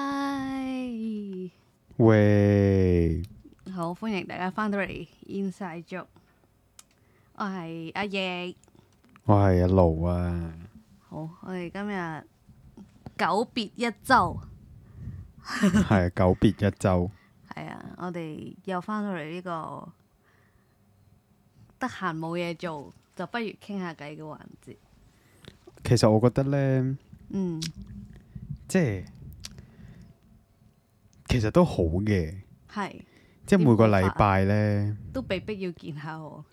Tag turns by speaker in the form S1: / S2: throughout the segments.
S1: 喂，
S2: 喂，
S1: 好歡迎大家翻到嚟 Inside Joke，我係阿奕。
S2: 我係阿盧啊，
S1: 好，我哋今日久別一周，
S2: 係久別一周，
S1: 係啊，我哋又翻到嚟呢個得閒冇嘢做，就不如傾下偈嘅環節。
S2: 其實我覺得呢，
S1: 嗯，
S2: 即係其實都好嘅，
S1: 係
S2: 即係
S1: 點
S2: 每個
S1: 好法啊
S2: 禮拜呢。
S1: 都被逼要見下我。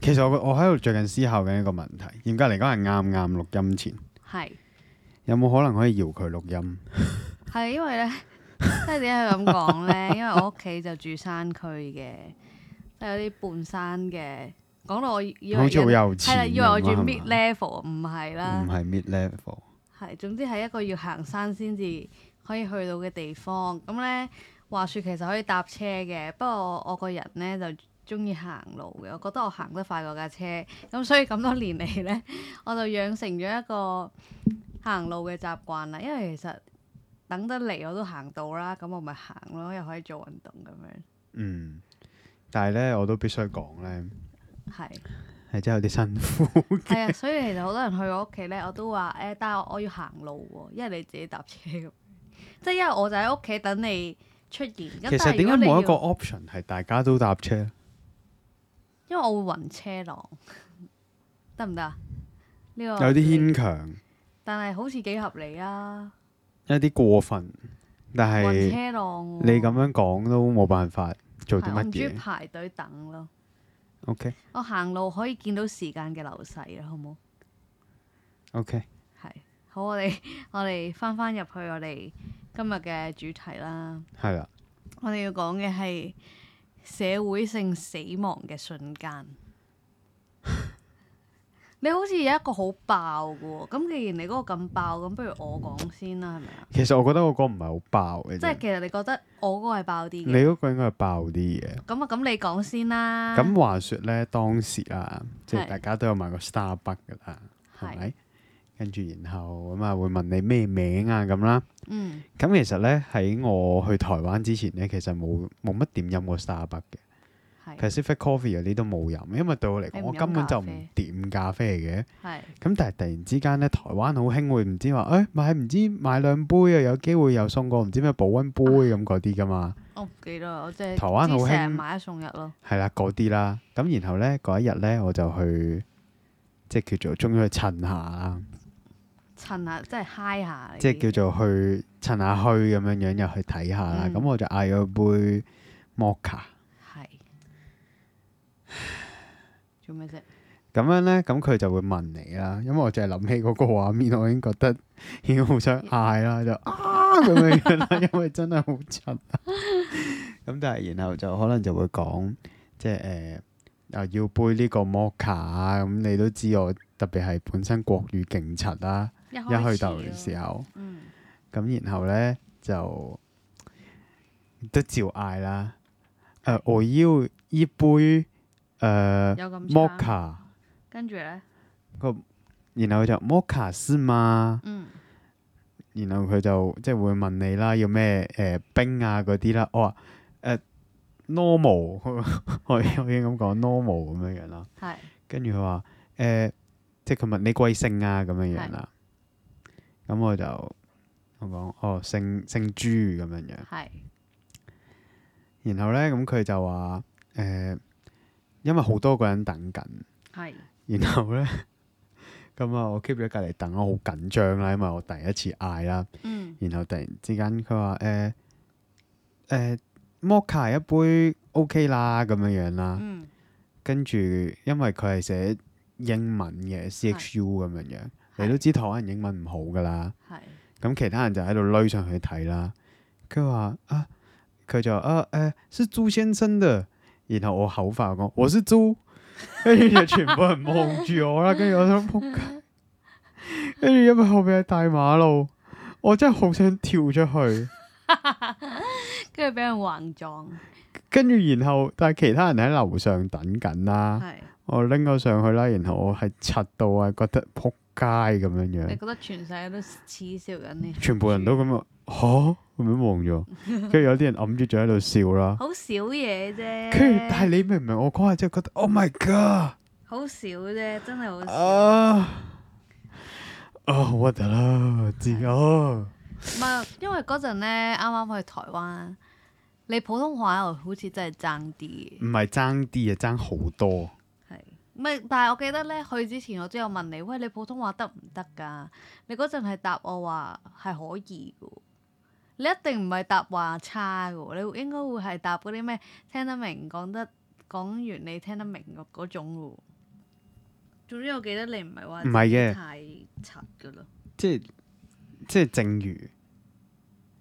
S2: 其實我我喺度最近思考緊一個問題，嚴格嚟講係啱啱錄音前，
S1: 係
S2: 有冇可能可以搖佢錄音？
S1: 係因為咧， 即係點解咁講 咧？因為我屋企就住山區嘅，即係有啲半山嘅。講到我以以為
S2: 好似好
S1: 人
S2: 有
S1: 係啦，
S2: 錢
S1: 以為我住
S2: 咁啊
S1: mid à,
S2: 係嘛嗯
S1: level，唔係啦
S2: 唔，係 mid Ừ, level，
S1: 係總之係一個要行山先至可以去到嘅地方。咁呢，話説其實可以搭車嘅，不過我我個人呢就中意行路嘅，我覺得我行得快過架車，咁所以咁多年嚟呢，我就養成咗一個行路嘅習慣啦。因為其實等得嚟我都行到啦，咁我咪行咯，又可以做運動咁樣，
S2: 嗯，但係呢，我都必須講呢，
S1: 係。
S2: 係真係有啲辛苦。
S1: 係 啊，所以其實好多人去我屋企咧，我都話誒、欸但係我要行路喎，因為你自己搭車咁， 即係因為我就喺屋企等你出現。咁
S2: 其實
S1: 點
S2: 點解冇一個？option 係大家都搭車？
S1: 因為我會暈車浪， 得唔得啊？呢、個
S2: 有啲牽強，
S1: 但係好似幾合理啊！
S2: 有啲過分，但
S1: 暈
S2: 係。
S1: 車浪喎、
S2: 你咁樣講都冇辦法做啲
S1: 係我
S2: 乜
S1: 唔中意
S2: 嘢
S1: 排隊等咯，
S2: ？OK
S1: 我行路可以見到時間嘅流逝啦，好冇？
S2: OK，
S1: 係好，我哋 我哋翻翻入去我哋今日嘅主題啦。
S2: 係啦，
S1: 我哋要講嘅係社會性死亡嘅瞬間。 你好似有一個好爆嘅喎，咁既然你嗰個咁爆，咁不如我講先啦，係咪啊？
S2: 其實我覺得我嗰個唔係好爆嘅
S1: 即係
S2: 啫，
S1: 其實你覺得我嗰個係爆啲
S2: 你
S1: 嘅，
S2: 嗰個應該係爆啲嘢。
S1: 咁啊咁你講先啦。
S2: 咁話說咧，當時啊，即
S1: 啊係
S2: 係大家都有買過 Starbucks 噶啦，係
S1: 係
S2: 咪？跟住然後咁啊，會問你咩名啊咁啦。
S1: 嗯
S2: 咁其實咧喺我去台灣之前咧，其實冇冇乜點飲過 Starbucks 嘅
S1: 係
S2: Pacific Coffee 嗰啲都冇飲，因為對我嚟
S1: 你
S2: 講，
S1: 唔
S2: 我
S1: 飲
S2: 根本
S1: 咖
S2: 就
S1: 啡
S2: 唔掂咖啡嘅。
S1: 係
S2: 咁但係突然之間咧，台灣好興會唔知話，誒、哎買唔知買兩杯啊，有機會又送個唔知咩保溫杯咁嗰啲噶嘛，
S1: 我唔記得啦，我即係
S2: 台灣好
S1: 知成日
S2: 興
S1: 買一送一咯。
S2: 係啦嗰啲啦。咁然後咧嗰一日咧我就去，即係叫做終於去襯下啦，
S1: 襯下即係嗨下呢啲，
S2: 即係叫做去襯下去咁樣樣又去睇下啦。
S1: 嗯
S2: 咁、我就嗌咗杯 mocha，
S1: 係做咩啫？
S2: 咁樣咧，咁佢就會問你啦。因為我淨係諗起嗰個畫面，我已經覺得 已經好想嗌啦， 就啊咁樣樣啦， 因為真係好襯啊。咁但係然後就可能就會講，即係誒、呃啊要杯呢個摩卡啊。咁你都知我特別係本身國語勁柒啦，
S1: 一
S2: 一去
S1: 開
S2: 到
S1: 始啊
S2: 嘅
S1: 咯
S2: 時候，
S1: 嗯
S2: 咁然後咧就都照嗌啦。誒、我要依杯誒、呃、
S1: 有咁
S2: 摩
S1: 差
S2: 卡。
S1: 跟住咧，
S2: 然後佢就摩卡斯嘛，
S1: 嗯，
S2: 然後佢就即係會問你啦，要咩誒、呃冰啊嗰啲啦，我話誒 normal，我我 已經咁講 normal 咁樣樣啦，
S1: 係
S2: 跟住佢話誒，即係佢問你貴姓啊咁樣樣啦，咁我就我講哦姓姓朱咁樣樣，
S1: 係
S2: 然後咧咁佢就話誒、呃因為好多個人等緊。
S1: 係
S2: 然後咧，咁啊，我 keep 咗隔離等，我好緊張啦，因為我第一次嗌啦。
S1: 嗯
S2: 然後突然之間，佢話誒誒摩卡一杯 OK 啦咁樣樣啦，
S1: 嗯
S2: 跟住因為佢係寫英文嘅 CHU 咁樣樣，你都知台灣人英文唔好噶啦，
S1: 係
S2: 咁其他人就喺度攏上去睇啦。佢話啊，佢就話啊誒、是朱先生的，然後我口化講我是朱。跟住就全部人望住我啦，跟住我想仆街，跟住因為後面係大馬路，我真係好想跳出去，
S1: 跟住俾人橫撞，
S2: 跟住然後但係其他人喺樓上等緊啦，
S1: 係
S2: 我拎咗上去啦，然後我係柒到啊，覺得撲街咁樣
S1: 你
S2: 樣，
S1: 覺得全世界都恥笑緊你？
S2: 全部人都咁啊吓咁樣望咗，跟住有啲人揞住嘴喺度笑啦。
S1: 好少嘢啫，
S2: 跟住，但係你明唔明？我嗰下真係覺得，Oh my god！
S1: 好少啫，真係好少。
S2: 啊啊，核突啦，自己啊
S1: 唔係，因為嗰陣咧，啱啱去台灣，你普通話又好似真係爭啲嘅，
S2: 唔係爭啲啊，爭好多。
S1: 係唔係？但係我記得咧，去之前我都有問你，喂，你普通話得唔得㗎？你嗰陣係答我話係可以嘅喎，你一定唔係答話差嘅喎，你應該會係答嗰啲咩聽得明、講得講完你聽得明嗰嗰種嘅喎。總之我記得你唔係話
S2: 唔係嘅
S1: 自己太柒㗎咯，
S2: 即係即係，正如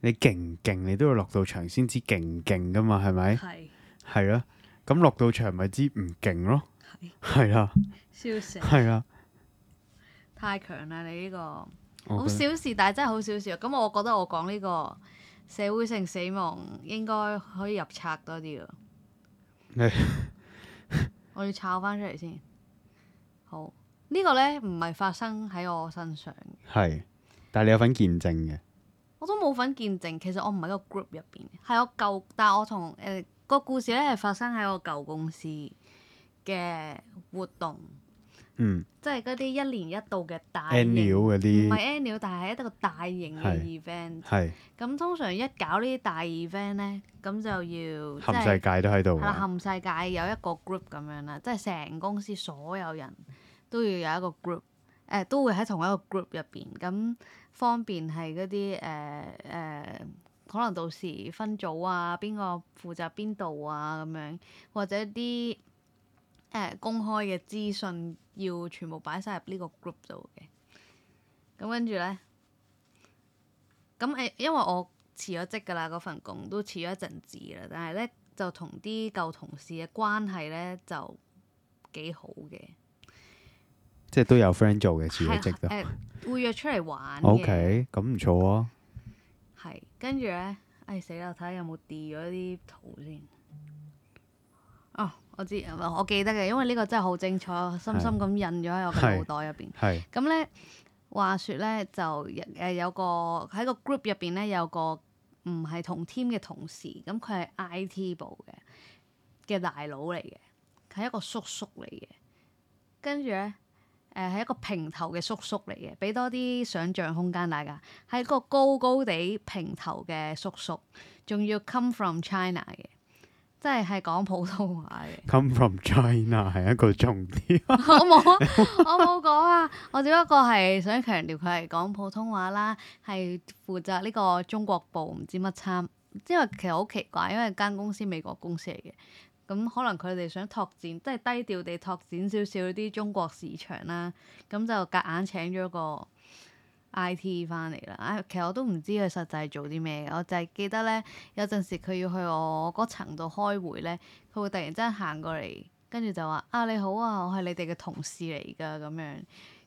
S2: 你勁唔勁，你都要落到場先知勁唔勁噶嘛，係咪？
S1: 係
S2: 係咯，咁落到場咪知唔勁咯，
S1: 係
S2: 係啦，
S1: 笑死，
S2: 係啊啦，
S1: 太強啦你呢個。好
S2: 我覺得
S1: 小事，但係真係好小事。啊咁我覺得我講呢個社會性死亡應該可以入冊多啲 咯。我要抄翻出嚟先。好，呢、個呢唔係發生喺我身上嘅，
S2: 係，但係你有份見證嘅，
S1: 我都冇份見證。其實我唔喺個 group 入邊，係我舊，但係我同誒個故事呢係發生喺我舊公司嘅活動，
S2: 嗯
S1: 即係嗰啲一年一度嘅大型，唔
S2: ，annual 嗰
S1: 係
S2: 啲
S1: annual，但係一個大型嘅 event。
S2: 係
S1: 咁通常一搞呢啲大 event 咧，咁就要即
S2: 冚世
S1: 係
S2: 界都喺度
S1: 係
S2: 啊
S1: 啦，
S2: 㗎，
S1: 冚世界有一個 group 咁樣啦，即係成公司所有人都要有一個 group，誒、都會喺同一個 group 入邊，咁方便係嗰啲誒誒，可能到時分組啊，邊個負責邊度啊咁樣，或者啲誒、呃公開嘅資訊要全部擺晒入呢個 group 度嘅。咁跟住咧，咁誒，因為我辭咗職㗎啦，嗰份工都辭咗一陣子啦，但係咧就同啲舊同事嘅關係咧就幾好嘅，
S2: 即係都有 friend 做嘅，辭咗
S1: 係
S2: 職都。
S1: 誒會約出嚟玩嘅，係
S2: O K，咁唔錯啊，
S1: 跟住咧，唉死啦！我睇下有冇 d 咗啲圖先。哦，我知，我記得嘅，因為呢個真係好精彩，我深深咁印咗喺我嘅
S2: 係
S1: 腦袋入邊。
S2: 係
S1: 咁咧話說咧就誒有個喺個 group 入邊咧有個唔係同 team 嘅同事，咁佢係 IT 部嘅嘅大佬嚟嘅，係一個叔叔嚟嘅。跟住咧誒係一個平頭嘅叔叔嚟嘅，俾多啲想像空間大家。係一個高高地平頭嘅叔叔，仲要 come from China 嘅，即係係講普通話嘅。
S2: ，come from China 係一個重點，
S1: 我冇啊，我冇講啊，我只不過係想強調佢係講普通話啦，係負責呢個中國部唔知乜參，因為其實好奇怪，因為間公司美國公司嚟嘅，咁可能佢哋想拓展，即係低調地拓展少少啲中國市場啦，咁就夾硬請咗個 I.T. 翻嚟啦。唉，其實我都唔知佢實際做啲咩嘅，我就係記得咧，有陣時佢要去我嗰層度開會咧，佢會突然之間行過嚟，跟住就話啊你好啊，我係你哋嘅同事嚟㗎咁樣。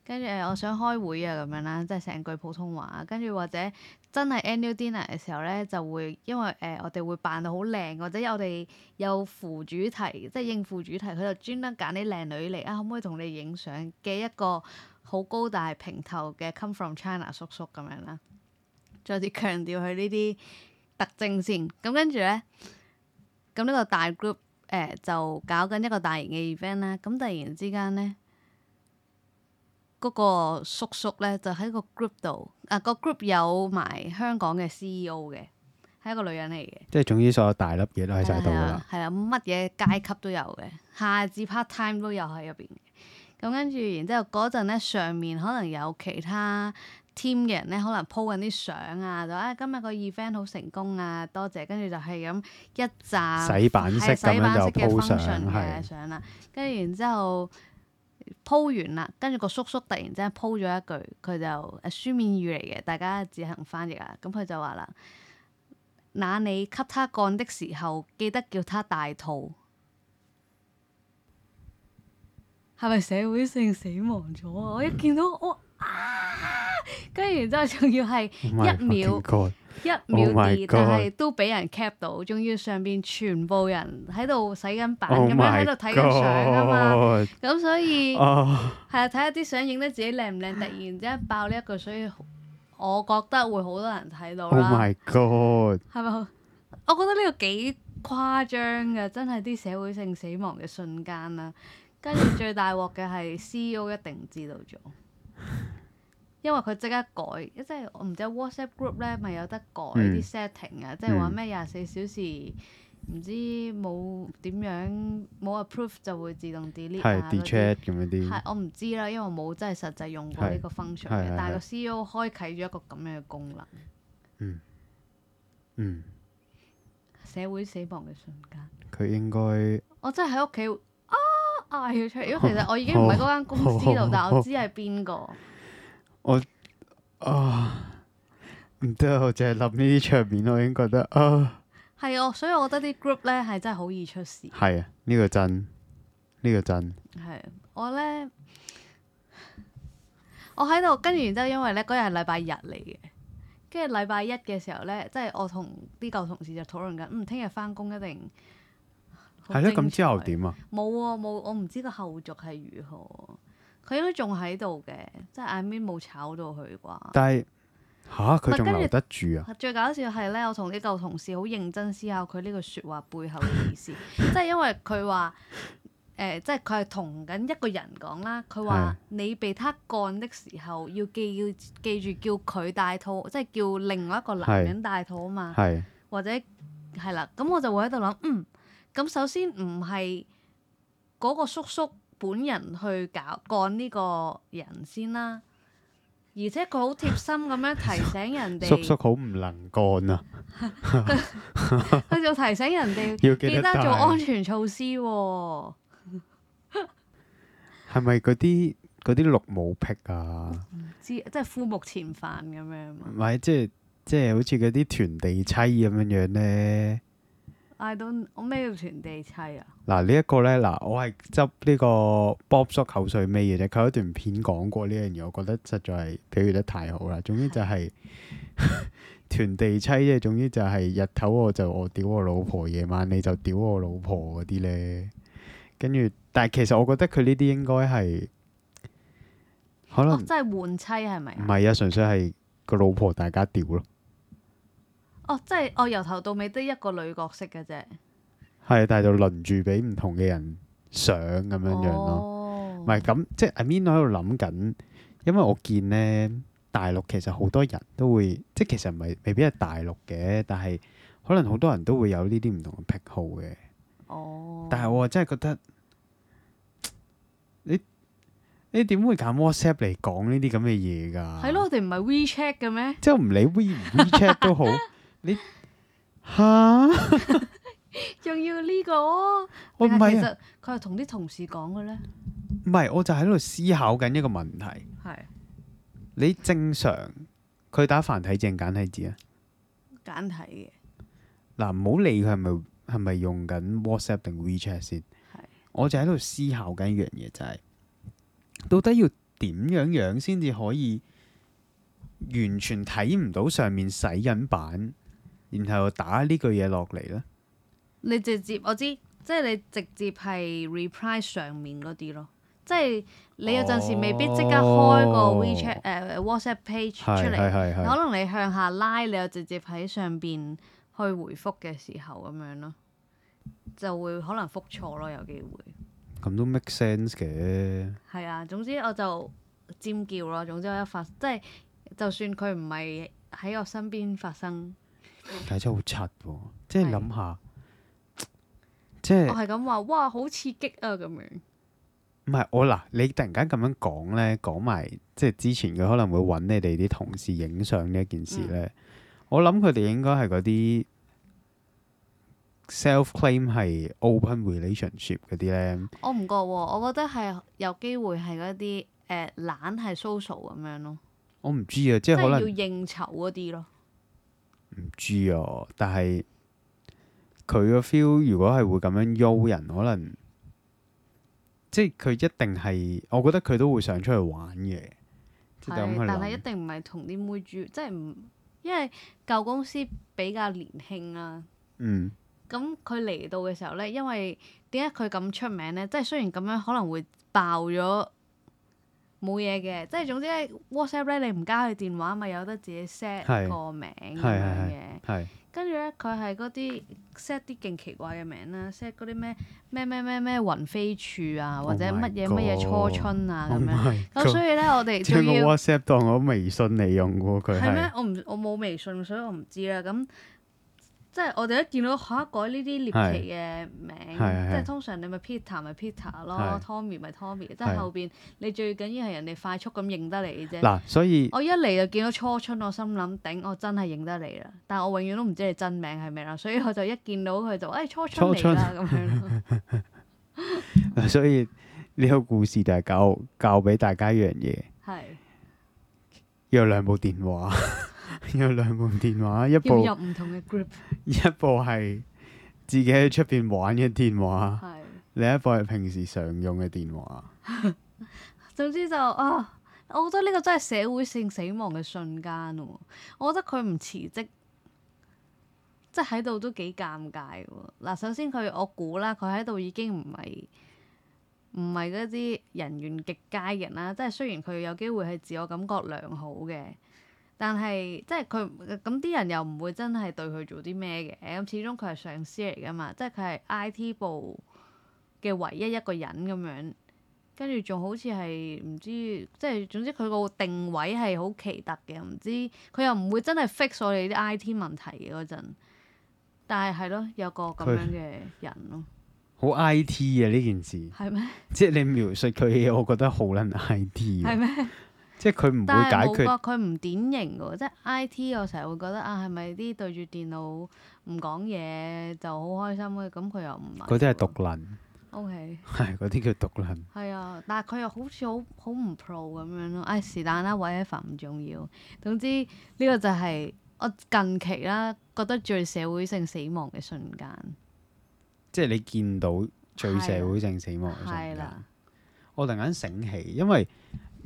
S1: 跟住誒，我想開會啊咁樣啦，即係成句普通話。跟住或者真係 annual dinner 嘅時候咧，就會因為誒、呃我哋會扮到好靚，或者我哋有副主題，即係應付主題，佢就專登揀啲靚女嚟啊，可唔可以同你影相嘅一個好高大平頭嘅 come from China 叔叔咁樣啦。再次強調佢呢啲特徵先。咁跟住咧，咁呢個大 group 誒、呃就搞緊一個大型嘅 event 啦。咁突然之間咧，嗰、個叔叔咧就喺個 group 度，啊、個 group 有埋香港嘅 CEO 嘅，係一個女人嚟嘅。
S2: 即係總之所有大粒嘢都喺晒度
S1: 係
S2: 㗎
S1: 啦
S2: 啦，，
S1: 係啦，啊乜嘢階級都有嘅，下至 part time 都有喺入邊嘅。咁跟住，然之後嗰陣咧，上面可能有其他 team 嘅人咧，可能 po 緊啲相啊，就啊今日個 event 好成功啊，多謝。跟住就係咁一紮
S2: 洗版式
S1: 係
S2: 咁
S1: 洗版
S2: 樣
S1: 式嘅
S2: 就 po 相
S1: function 嘅
S2: 係
S1: 相啦。跟住然之後 po 完啦，跟住個叔叔突然之間 po 咗一句，佢就誒書面語嚟嘅，大家自行翻譯啊。咁佢就話啦。那你給他幹的時候，記得叫他大肚。哦係咪社會性死亡咗啊？我一見到我啊，跟住然之後仲要係
S2: Oh my
S1: 一秒
S2: fucking God
S1: 一秒
S2: Oh my
S1: 跌，
S2: God
S1: 但係都俾人 cap 到，仲要上邊全部人喺度洗緊版
S2: Oh
S1: 咁樣喺
S2: my
S1: 度睇緊相啊嘛，
S2: God Oh,
S1: 咁所以係
S2: 啊
S1: 啊，睇下啲相影得自己靚唔靚，突然之間爆呢一句，所以我覺得會好多人睇到
S2: ！Oh
S1: 啦，
S2: my God！
S1: 係咪好？我覺得呢個幾誇張嘅，真係啲社會性死亡嘅瞬間啦。跟住最大鑊嘅係 CEO 一定知道咗，因為佢即刻改，即係我唔知啊 WhatsApp group 咧咪有得改
S2: 嗯
S1: 啲 setting 啊，即係話咩廿四小時唔知冇點樣冇 approve 就會自動 delete
S2: 係
S1: 啊嗰
S2: d
S1: 啲
S2: c h a t 咁樣啲
S1: 係，我唔知啦，因為我冇真係實際用過呢個 function
S2: 係係
S1: 嘅，但係
S2: 係
S1: 個 CEO 開啟咗一個咁樣嘅功能，
S2: 嗯，
S1: 社會死亡嘅瞬間，
S2: 佢應該
S1: 我真係喺屋企啊嗌咗出嚟，因為其實我已經唔喺嗰間公司度，但我知係邊個，
S2: 啊唔得，我淨係諗呢啲場面，我已經覺得啊
S1: 係我，所以我覺得啲 group 咧係真係好易出事，
S2: 係啊，呢個真，呢個真，
S1: 係我咧，我喺度跟住然之後，因為咧嗰日係禮拜日嚟嘅。跟住禮拜一嘅時候咧，即係我同啲舊同事就討論緊，嗯，聽日翻工一定好
S2: 係咯。咁
S1: 精
S2: 之後
S1: 彩
S2: 點啊？
S1: 冇喎冇，我唔知個後續係如何。佢應該仲喺度嘅，即係 I mean 冇炒到佢啩。
S2: 但係吓佢
S1: 咪
S2: 仲
S1: 跟住
S2: 留得住啊？
S1: 最搞笑係咧，我同啲舊同事好認真思考佢呢句説話背後嘅意思，即係因為佢話誒，即係佢係同緊一個人講啦。佢話你被他幹的時候，要記記住叫佢帶套，即係叫另外一個男
S2: 係
S1: 人帶套啊嘛。
S2: 係
S1: 或者係啦，咁我就會喺度諗，嗯，咁首先唔係嗰個叔叔本人去搞幹呢個人先啦，而且佢好貼心咁樣提醒人
S2: 叔叔
S1: 哋，
S2: 好唔能幹啊！
S1: 佢就提醒人哋
S2: 要 記
S1: 記得
S2: 得帶
S1: 做安全措施喎、
S2: 係咪嗰啲嗰啲綠帽癖啊？
S1: 知即係枯木前犯咁樣嘛
S2: 唔係即係即係好似嗰啲團地妻咁樣樣咧。
S1: I don't，我咩叫團地砌啊？
S2: 嗱呢一個咧，嗱我係執呢個 Bob 叔口水尾嘅啫，佢有一段片講過呢樣嘢，我覺得實在係比喻得太好啦。總之就係、 團地妻啫，總之就係日頭我就我屌我老婆，夜晚你就屌我老婆嗰啲咧。跟住，但係其實我覺得佢呢啲應該係可能
S1: 哦，即係換妻係咪
S2: 唔
S1: 啊？
S2: 係啊，純粹係個老婆大家屌咯。
S1: 哦，即係我由頭到尾得一個女角色嘅啫。
S2: 係，啊但係就輪住俾唔同嘅人上咁樣樣咯。
S1: 哦，
S2: 唔係咁，即係 I mean 我喺度諗緊，因為我見咧大陸其實好多人都會，即係其實唔係未必係大陸嘅，但係可能好多人都會有呢啲唔同嘅癖好嘅。
S1: 哦，
S2: 但係我真係覺得你你點會揀 WhatsApp 嚟講呢啲咁嘅嘢㗎？
S1: 係咯，我哋唔係 WeChat 嘅咩？
S2: 即係我唔理 We 唔 WeChat 都好，你吓
S1: 仲要呢個？哦
S2: 我唔
S1: 定係其
S2: 係啊
S1: 實佢係同啲同事講嘅咧，
S2: 唔係，我就喺度思考緊一個問題。
S1: 係
S2: 你正常佢打繁體字定簡體字啊？
S1: 簡體嘅，
S2: 嗱，唔好理佢係咪係咪用緊 WhatsApp 定 WeChat 先
S1: 係。
S2: 我就喺度思考緊一樣嘢，就係、到底要點樣樣先至可以完全睇唔到上面洗緊版，然後打呢句嘢落嚟呢？
S1: 你直接我知，即係你直接係 reply 上面嗰啲咯。即係你有陣時未必即刻開個
S2: 哦
S1: WeChat 誒、呃 WhatsApp page
S2: 係
S1: 出
S2: 係
S1: 嚟，
S2: 係
S1: 可
S2: 係。
S1: 能你向下拉，你又直接喺上邊去回覆嘅時候咁樣咯，就會可能覆錯咯，有機會。
S2: 咁都 make sense 嘅。
S1: 係啊，總之我就尖叫咯。總之我一發，即係就算佢唔係喺我身邊發生，
S2: 但係真係好柒喎，即係
S1: 係
S2: 諗下，即
S1: 我係
S2: 係。
S1: 咁話，哇，好刺激啊咁樣。
S2: 唔係我嗱，你突然間咁樣講咧，講埋即係之前佢可能會揾你哋啲同事影相呢一件事
S1: 嗯
S2: 咧，我諗佢哋應該係嗰啲 self claim 係 open relationship 嗰啲咧，
S1: 我唔覺喎，我覺得係有機會係嗰啲誒懶係 social 咁樣咯，
S2: 我唔知啊，即
S1: 即係
S2: 係可
S1: 要
S2: 能
S1: 應酬嗰啲咯。
S2: 唔知啊，但係佢個 feel 如果係會咁樣邀人，可能即係佢一定係，我覺得佢都會想出去玩嘅，即係咁
S1: 係
S2: 去
S1: 但係一
S2: 諗。
S1: 定唔係同啲妹豬，即係唔因為舊公司比較年輕啦、
S2: 嗯，
S1: 咁佢嚟到嘅時候咧，因為點解佢咁出名咧？即係雖然咁樣可能會爆咗冇嘢嘅，即係總之咧 WhatsApp 咧你唔加佢電話咪有得自己 set
S2: 係
S1: 個名咁
S2: 係
S1: 樣
S2: 係
S1: 嘅。
S2: 係
S1: 跟住咧佢係嗰啲 set 啲勁奇怪嘅名啦，set 嗰啲咩咩咩咩咩雲飛處啊，或者
S2: Oh my
S1: 乜嘢乜嘢初春啊
S2: Oh
S1: 咁樣。
S2: my
S1: 咁
S2: God，
S1: 所以咧我哋
S2: 將
S1: 仲
S2: 個
S1: 要。
S2: WhatsApp 當咗微信嚟用喎，佢
S1: 係咩
S2: 係？
S1: 我唔我冇微信，所以我唔知啦。咁即係我哋一見到嚇、改呢啲獵奇嘅名，
S2: 係係
S1: 即係
S2: 係
S1: 通常你咪 Peter 咪 Peter 咯
S2: 係
S1: ，Tommy 咪 Tommy，即
S2: 係
S1: 係後邊你最緊要係人哋快速咁認得你啫。
S2: 嗱，所以
S1: 我一嚟就見到初春，我心諗頂，我真係認得你啦！但我永遠都唔知你真名係咩啦，所以我就一見到佢就誒、哎、初春
S2: 初
S1: 嚟
S2: 春
S1: 啦咁樣咯。
S2: 所以呢個故事就係教教俾大家一樣嘢。
S1: 係
S2: 有兩部電話， 有兩部電話，一部
S1: 要入唔同嘅 group
S2: 一部係自己喺出邊玩嘅電話，
S1: 係。
S2: 另一部係平時常用嘅電話。
S1: 總之就啊，我覺得呢個真係社會性死亡嘅瞬間喎。我覺得佢唔辭職，即係喺度都幾尷尬喎。嗱，首先佢我估啦，佢喺度已經唔係唔係嗰啲人緣極佳嘅人啦。即係雖然佢有機會係自我感覺良好嘅。但係即係佢咁啲人又唔會真係對佢做啲咩嘅，咁始終佢係上司嚟㗎嘛，即係佢係 IT 部嘅唯一一個人咁樣，跟住仲好似係唔知，即係總之佢個定位係好奇特嘅，唔知佢又唔會真係 fix 我哋啲 IT 問題嘅嗰陣，但係係咯，有個咁
S2: 佢
S1: 樣嘅人咯，
S2: 好 I T 啊嘅呢件事，
S1: 係咩？
S2: 即係你描述佢嘅嘢，我覺得好撚 I T
S1: 係咩？
S2: 即係佢唔
S1: 但係
S2: 會
S1: 冇
S2: 解決，
S1: 覺佢唔典型嘅喎，即係 I T 我成日會覺得啊，係咪啲對住電腦唔講嘢就好開心嘅？咁佢又唔係
S2: 嗰啲
S1: 喎
S2: 係獨撚，
S1: O K
S2: 係嗰啲叫獨撚。
S1: 係啊，但係佢又好似好好唔 pro 咁樣咯。唉、哎是但啦，whatever 唔重要。總之呢個就係我近期啦，覺得最社會性死亡嘅瞬間
S2: 即係你見到最社會性死亡
S1: 啊係
S2: 嘅瞬間
S1: 啦。，
S2: 我突然間醒起，因為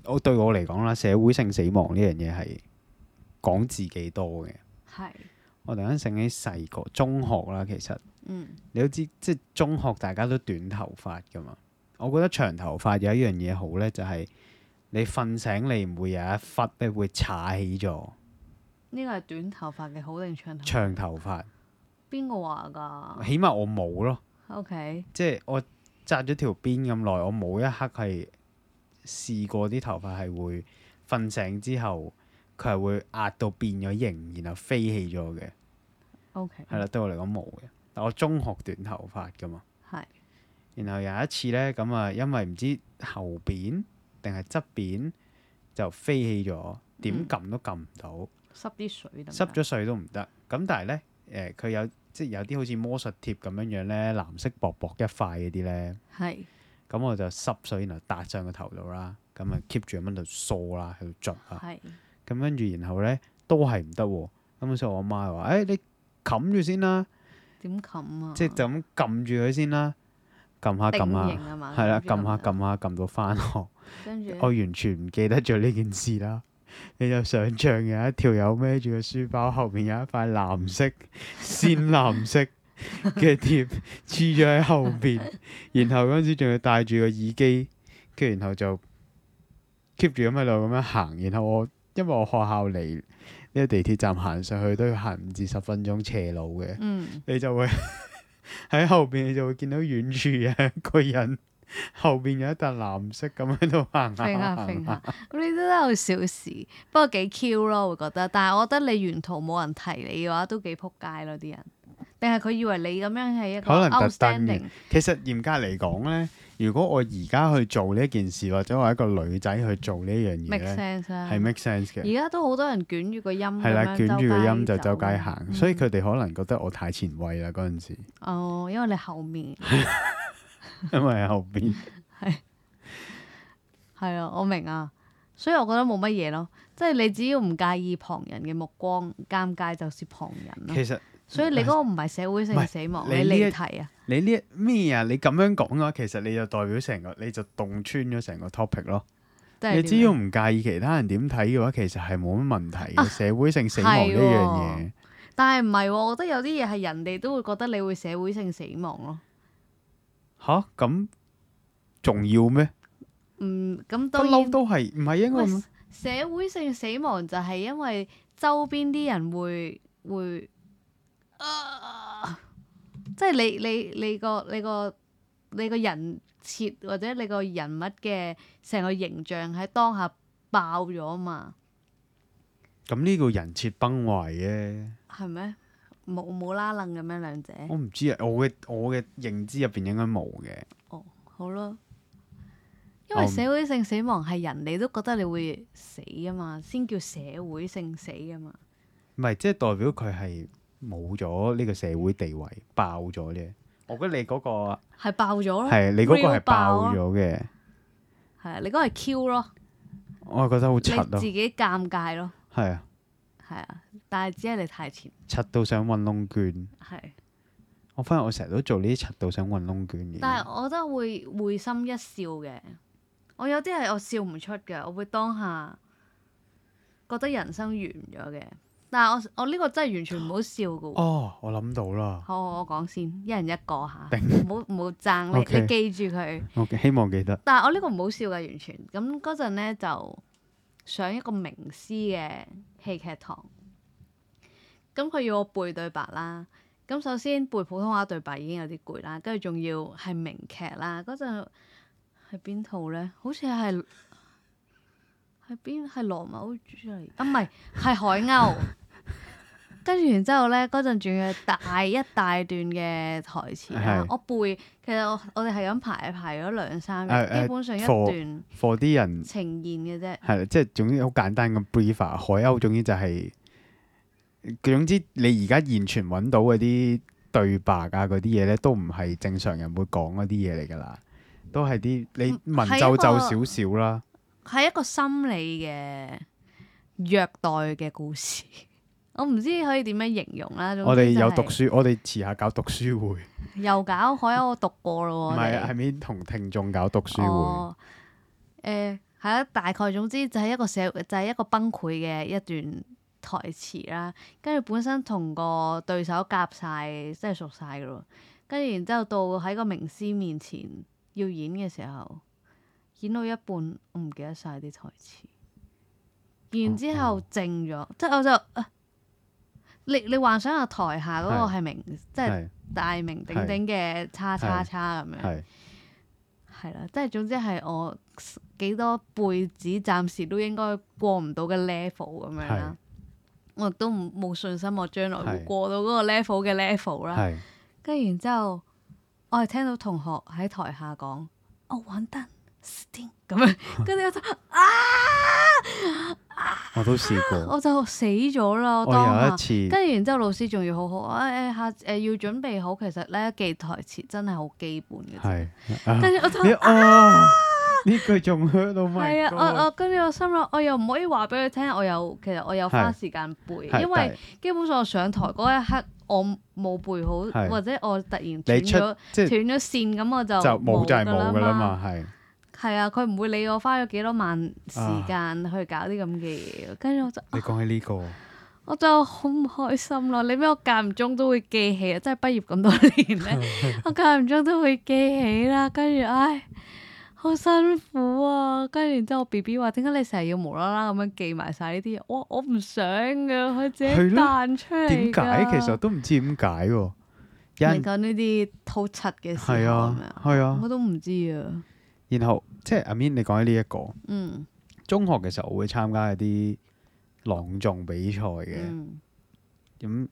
S2: 我對我嚟講啦，社會性死亡呢樣嘢係講自己多嘅。
S1: 係
S2: 我突然間醒起細個中學啦，其實
S1: 嗯
S2: 你都知，即係中學大家都短頭髮噶嘛。我覺得長頭髮有一樣嘢好咧，就係、你瞓醒你唔會有一忽咧會踩起
S1: 哦
S2: 咗
S1: 呢個係短頭髮嘅好定長頭髮？
S2: 長頭髮，
S1: 邊個話㗎
S2: 起碼我冇咯，
S1: ？O K
S2: 即係我紮咗條辮咁耐，我冇一刻係試過啲頭髮係會瞓醒之後佢係會壓到變咗形，然後飛起咗嘅。
S1: O K
S2: 係啦，對我嚟講冇嘅。但我中學短頭髮噶嘛，
S1: 係
S2: 然後有一次咧，咁啊，因為唔知後邊定係側邊就飛起咗，點撳嗯都撳唔到，
S1: 濕啲水得唔得
S2: 濕咗水都唔得。咁但係咧，誒、佢有即係有啲好似魔術貼咁樣樣咧，藍色薄薄一塊嗰啲咧，
S1: 係
S2: 咁我就濕水，然後搭上個頭度啦，咁啊 keep 住咁喺度梳啦，喺度捽啊。
S1: 係
S2: 咁跟住然後咧都係唔得喎，咁所以我媽話：，誒、你冚住先啦。
S1: 點冚啊？
S2: 即係就咁撳住佢先啦，撳下撳
S1: 定型
S2: 下，
S1: 啊嘛，
S2: 係啦，
S1: 唔知得
S2: 撳
S1: 唔
S2: 下
S1: 得，
S2: 撳下哦撳到翻學，
S1: 跟住呢
S2: 我完全唔記得咗呢件事啦。你就想象有一條友孭住個書包，後面有一塊藍色、鮮藍色嘅貼黐咗喺後邊，然後嗰陣時仲要戴住個耳機，跟住然後就 keep 住咁喺度咁樣行，然後我因為我學校離呢個地鐵站行上去都要行五至十分鐘斜路嘅。
S1: 嗯
S2: 你就會 喺後邊，你就會見到遠處有一個人，後邊有一笪藍色咁喺度行下
S1: 揈下
S2: 行
S1: 揈下
S2: 下，，
S1: 咁呢啲都有小事，不過幾 Q 咯，會覺得。但係我覺得你沿途冇人提你嘅話，都幾撲街咯啲人。定係佢以為你咁樣係一個
S2: 可能特登
S1: outstanding，
S2: 其實嚴格嚟講呢，如果我而家去做呢件事，或者我係一個女仔去做呢樣
S1: make
S2: 嘢呢，
S1: sense 啊
S2: 係。make sense 嘅
S1: 而。家都好多人捲住個音咁
S2: 係啦，
S1: 樣
S2: 捲住個音
S1: 周街
S2: 就周街
S1: 走啊嗯
S2: 行，所以佢哋可能覺得我太前衞啦嗰 陣時，
S1: 哦，因為你後面
S2: 因為喺後 邊
S1: 係啊，我明啊，所以我覺得冇乜嘢咯，即係你只要唔介意旁人嘅目光，尷尬就是旁人咯。
S2: 其實
S1: 所以你嗰個唔係社會性
S2: 唔係
S1: 死亡，
S2: 你
S1: 你
S2: 呢一
S1: 離題啊，
S2: 你呢一咩啊？你咁樣講嘅話，其實你就代表成個，你就洞穿咗成個 topic 咯。
S1: 即係
S2: 你
S1: 點
S2: 只
S1: 樣
S2: 要唔介意其他人點睇嘅話，其實係冇乜問題嘅。
S1: 啊
S2: 社會性死亡呢
S1: 係
S2: 樣
S1: 喎
S2: 嘢，
S1: 但係唔係喎？我覺得有啲嘢係人哋都會覺得你會社會性死亡咯。
S2: 吓咁重要咩？
S1: 嗯，咁
S2: 不
S1: 當然
S2: 嬲都係唔係應該
S1: 喂
S2: 咁？
S1: 社會性死亡就係因為周邊啲人會會，啊即係你你你個你個你個人設或者你個人物嘅成個形象喺當下爆咗啊嘛，
S2: 咁呢個人設崩壞嘅，
S1: 係咩？冇冇拉楞咁樣兩者，
S2: 我唔知啊。我嘅我嘅認知入邊應該冇嘅。
S1: 好咯。因為
S2: 我唔
S1: 社會性死亡係人哋都覺得你會死啊嘛，先叫社會性死啊嘛。
S2: 唔係，即係代表佢係冇咗呢個社會地位，爆咗啫。我覺得你嗰、個
S1: 係爆咗咯，
S2: 係你嗰個
S1: 哦 real
S2: 係
S1: 爆
S2: 爆
S1: 啊
S2: 咗嘅，
S1: 係啊，你嗰個係 Q 咯，
S2: 我係覺得好柒啊
S1: 你
S2: 咯
S1: 自，己尷尬咯，
S2: 係啊，
S1: 係啊，但係只係你太前，
S2: 柒到想揾窿捐。
S1: 係，
S2: 我反而我成日都做呢啲柒到想揾窿捐嘅嘢。
S1: 但係我覺得會會心一笑嘅，我有啲係我笑唔出嘅，我會當下覺得人生完咗嘅，但係我我呢個真係完全唔好笑嘅喎。
S2: 哦，我諗到啦。
S1: 好，我講先，一人一個嚇，
S2: 頂
S1: 唔好唔好爭，你
S2: OK
S1: 你記住佢。
S2: 我希望記得。
S1: 但係我呢個唔好笑嘅，完全。咁嗰陣咧就上一個名師嘅戲劇堂，咁佢要我背對白啦。咁首先背普通話對白已經有啲攰啦，跟住仲要係名劇啦。嗰陣係邊套咧？好似係係邊係羅密歐朱麗啊？唔係係海鷗。跟住然之後咧，嗰陣仲要大一大段嘅台詞啦
S2: 係。
S1: 我背其實我我哋係咁排排咗兩三日，
S2: 誒誒
S1: 基本上一
S2: for-
S1: 段
S2: for 啲人
S1: 呈現嘅啫。
S2: 係啦即係總之好簡單咁 brief 啊。海鷗總之就係、總之你而家現存揾到嗰啲對白啊嗰啲嘢咧，都唔係正常人會講嗰啲嘢嚟㗎啦，都係啲
S1: 嗯
S2: 你文縐
S1: 啊
S2: 縐少少啦。
S1: 係一個心理嘅虐待嘅故事， 我唔知可以點樣形容啦。總之
S2: 我哋
S1: 就
S2: 有
S1: 係
S2: 讀書，我哋遲下搞讀書會，
S1: 又搞海鷗，我讀過
S2: 唔
S1: 咯喎。我
S2: 係
S1: 哋
S2: 係面同聽眾搞讀書會，
S1: 哦，誒係啦，大概總之就係一個社就係一個崩潰嘅一段台詞啦，跟住本身同個對手夾晒，即係熟晒噶咯，跟住然之後到喺個名師面前要演嘅時候，演到一半我唔記得晒啲台詞，然之後靜咗，即係我就。啊你你幻想下台下嗰個係明，即係
S2: 係
S1: 大名鼎鼎嘅叉叉叉咁樣，
S2: 係
S1: 係啦，即係總之係我 s- 幾多輩子暫時都應該過唔到嘅 level 咁樣啦。我亦都唔冇信心我將來會
S2: 係
S1: 過到嗰個 level 嘅 level 啦。
S2: 係
S1: 跟住然之後，我係聽到同學喺台下講：我揾得死定咁 樣，跟住我就
S2: 我都試過。
S1: 我就死咗 啦！我
S2: 我
S1: 當
S2: 有
S1: 下
S2: 一。次
S1: 跟住然之後，老師仲要好好啊！誒、下誒、要準備好，其實咧記台詞真係好基本嘅啫。
S2: 係啊
S1: 跟住我就
S2: 你哦，呢句仲 hurt 到咪？
S1: 係啊，我我跟住我心諗，我又唔可以話俾佢聽，我有其實我有花
S2: 係
S1: 時間背，
S2: 係
S1: 因
S2: 但係
S1: 為基本上我上台嗰一刻我冇背好，
S2: 係
S1: 或者我突然斷
S2: 你出
S1: 咗
S2: 即
S1: 斷
S2: 係
S1: 咗線，咁我就
S2: 就冇就係冇
S1: 㗎
S2: 㗎啦。嘛，係
S1: 係啊，佢唔會理我花咗幾多晚時
S2: 啊
S1: 間去搞啲咁嘅嘢，跟住我就
S2: 你講起呢個，
S1: 我就好唔開心咯。你俾我間唔中都會記起啊，即係畢業咁多年 咧，我間唔中都會記起啦。跟住唉，好辛苦啊。跟住然之後我 B B 話：點解你成日要無啦啦咁樣記埋晒呢啲嘢？我我唔想㗎，佢自己
S2: 係咯
S1: 彈出嚟㗎。
S2: 點解其實都唔知點解喎？有
S1: 你
S2: 人
S1: 講呢啲偷柒嘅事
S2: 係
S1: 咁
S2: 啊
S1: 樣，
S2: 係啊，
S1: 我都唔知啊。
S2: 然後即係阿 Min 你講起呢一個
S1: 嗯
S2: 中學嘅時候，我會參加一啲朗誦比賽嘅
S1: 嗯，
S2: 咁，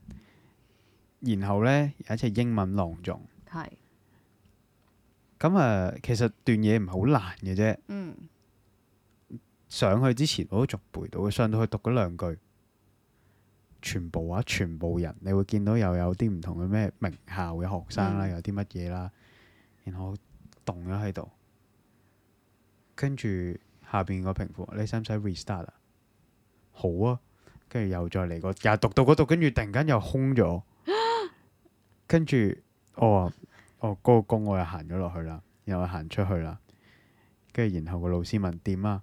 S2: 然後呢，有一次英文朗誦
S1: 係
S2: 咁啊，其實段嘢唔係好難嘅啫。
S1: 嗯
S2: 上去之前我都逐背到，上到去讀嗰兩句，全部啊，全部人，你會見到又有啲唔同嘅咩名校嘅學生啦，
S1: 嗯
S2: 有啲乜嘢啦，然後我動咗喺度，跟住下邊個評判話，你使唔使 restart 啊？好啊，跟住又再嚟過，又讀到嗰度，跟住突然間又空咗，跟住我話，哦，嗰個工我又行咗落去啦，然後我行出去啦，跟住然後個老師問點啊？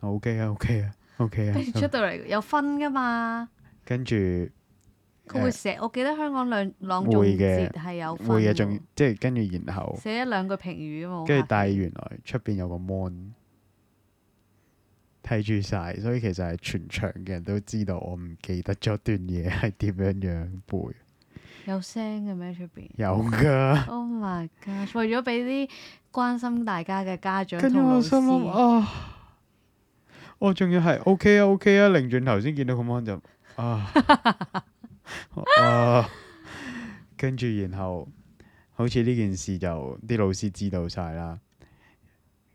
S2: OK 啊，OK 啊，OK 啊
S1: 跟住出
S2: 咁。
S1: 到嚟有分噶嘛，
S2: 跟住
S1: 佢會寫。我記得香港兩朗誦
S2: 會嘅
S1: 節係有分
S2: 會嘅，
S1: 喎
S2: 仲即係跟住然後，
S1: 寫一兩句評語啊嘛，好
S2: 跟住
S1: 客
S2: 但係
S1: 氣
S2: 原來出邊有個 mon 睇住晒，所以其實係全場嘅人都知道我唔記得咗段嘢係點樣樣背。
S1: 有聲嘅咩出 邊
S2: 有㗎。
S1: ？Oh my god！為咗俾啲關心大家嘅家長
S2: 跟住
S1: 同老
S2: 我心諗
S1: 師，
S2: 啊，我仲要係 OK 啊 OK 啊，擰轉頭先見到個 mon 就啊 啊，跟住然後好似呢件事就啲老師知道晒啦，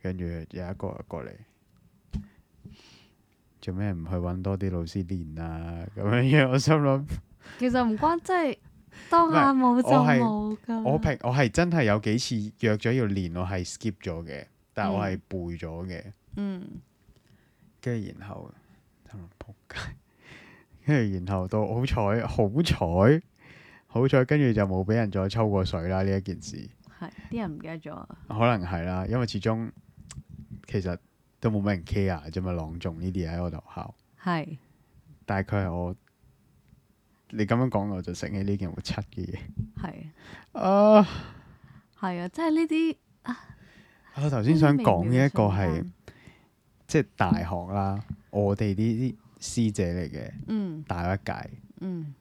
S2: 跟住有一個過嚟。做咩唔去揾多啲老師練啊？咁樣樣，我心諗，
S1: 其實唔關，真係當下冇就
S2: 我係
S1: 冇㗎。
S2: 我平我係真係有幾次約咗要練，我係 skip 咗嘅，但我係背咗嘅。
S1: 嗯，
S2: 跟住然後心諗仆街， 跟住然後到好彩，好彩，好彩，跟住就冇俾人再抽過水啦。呢一件事
S1: 係啲人唔記得咗啊。
S2: 可能係啦，因為始終其實都冇乜人 care 啊啫嘛，朗誦呢啲嘢喺我哋學校，
S1: 係
S2: 但係佢係我。你咁樣講我就醒起呢件好柒嘅嘢
S1: 係
S2: 啊！
S1: 係啊！即係呢啲
S2: 我頭先想講嘅一個
S1: 呢啲微妙嘅啊
S2: 係
S1: 瞬間
S2: 即係大學啦，我哋呢啲師姐嚟嘅，
S1: 嗯
S2: 大我一屆，
S1: 嗯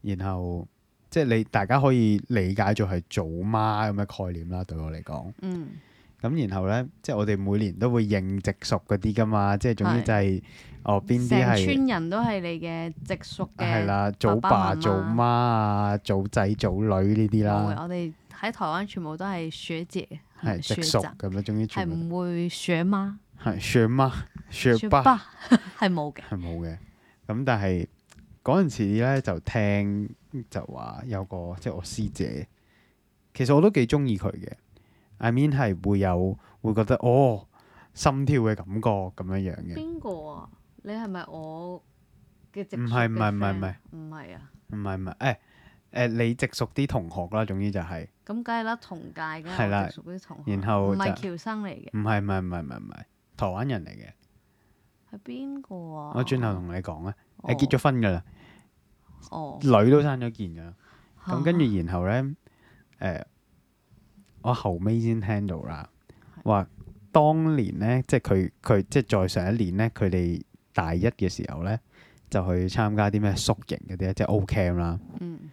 S2: 然後即係你大家可以理解做係祖媽咁嘅概念啦，對我嚟講。
S1: 嗯
S2: 咁然後咧，即係我哋每年都會認直屬嗰啲噶嘛，即係總之
S1: 係
S2: 就係、哦邊啲
S1: 成
S2: 係啊
S1: 村人都係你嘅直屬
S2: 係
S1: 嘅
S2: 啦，祖
S1: 爸
S2: 爸、
S1: 媽媽
S2: 祖媽啊、祖仔、祖女呢啲
S1: 冇嘅
S2: 啦，
S1: 我哋喺台灣全部都係學姐，
S2: 係直
S1: 學
S2: 屬
S1: 長
S2: 咁樣，總
S1: 係
S2: 之全部
S1: 唔會學媽、
S2: 係學媽、學
S1: 學
S2: 爸
S1: 爸 係冇嘅。
S2: 係冇嘅。咁但係嗰陣時咧就聽就話有個即係我師姐，其實我都幾中意佢嘅。I mean 係會有會覺得哦心跳嘅感覺咁樣樣嘅，
S1: 邊個啊？你係咪我嘅直
S2: 唔
S1: 係
S2: 係唔係唔係唔係
S1: 唔係啊？
S2: 唔係唔係誒誒你直屬啲同學啦，總之就係、
S1: 咁梗係啦，同屆嘅
S2: 係啦
S1: 直屬啲同學，
S2: 然後
S1: 唔係
S2: 就
S1: 喬生嚟嘅，
S2: 唔係唔係唔係唔係唔係台灣人嚟嘅。
S1: 係邊個啊？
S2: 我轉頭同你講啊，誒
S1: 結
S2: 結咗婚㗎啦，
S1: 哦，
S2: 女都生咗件㗎啦。咁跟
S1: 嚇
S2: 住然後咧，誒、我後尾先聽到啦，話當年咧，即係佢佢即係再上一年咧，佢哋大一嘅時候咧，就去參加啲咩宿營嗰啲咧，即係 O Camp 啦。
S1: 嗯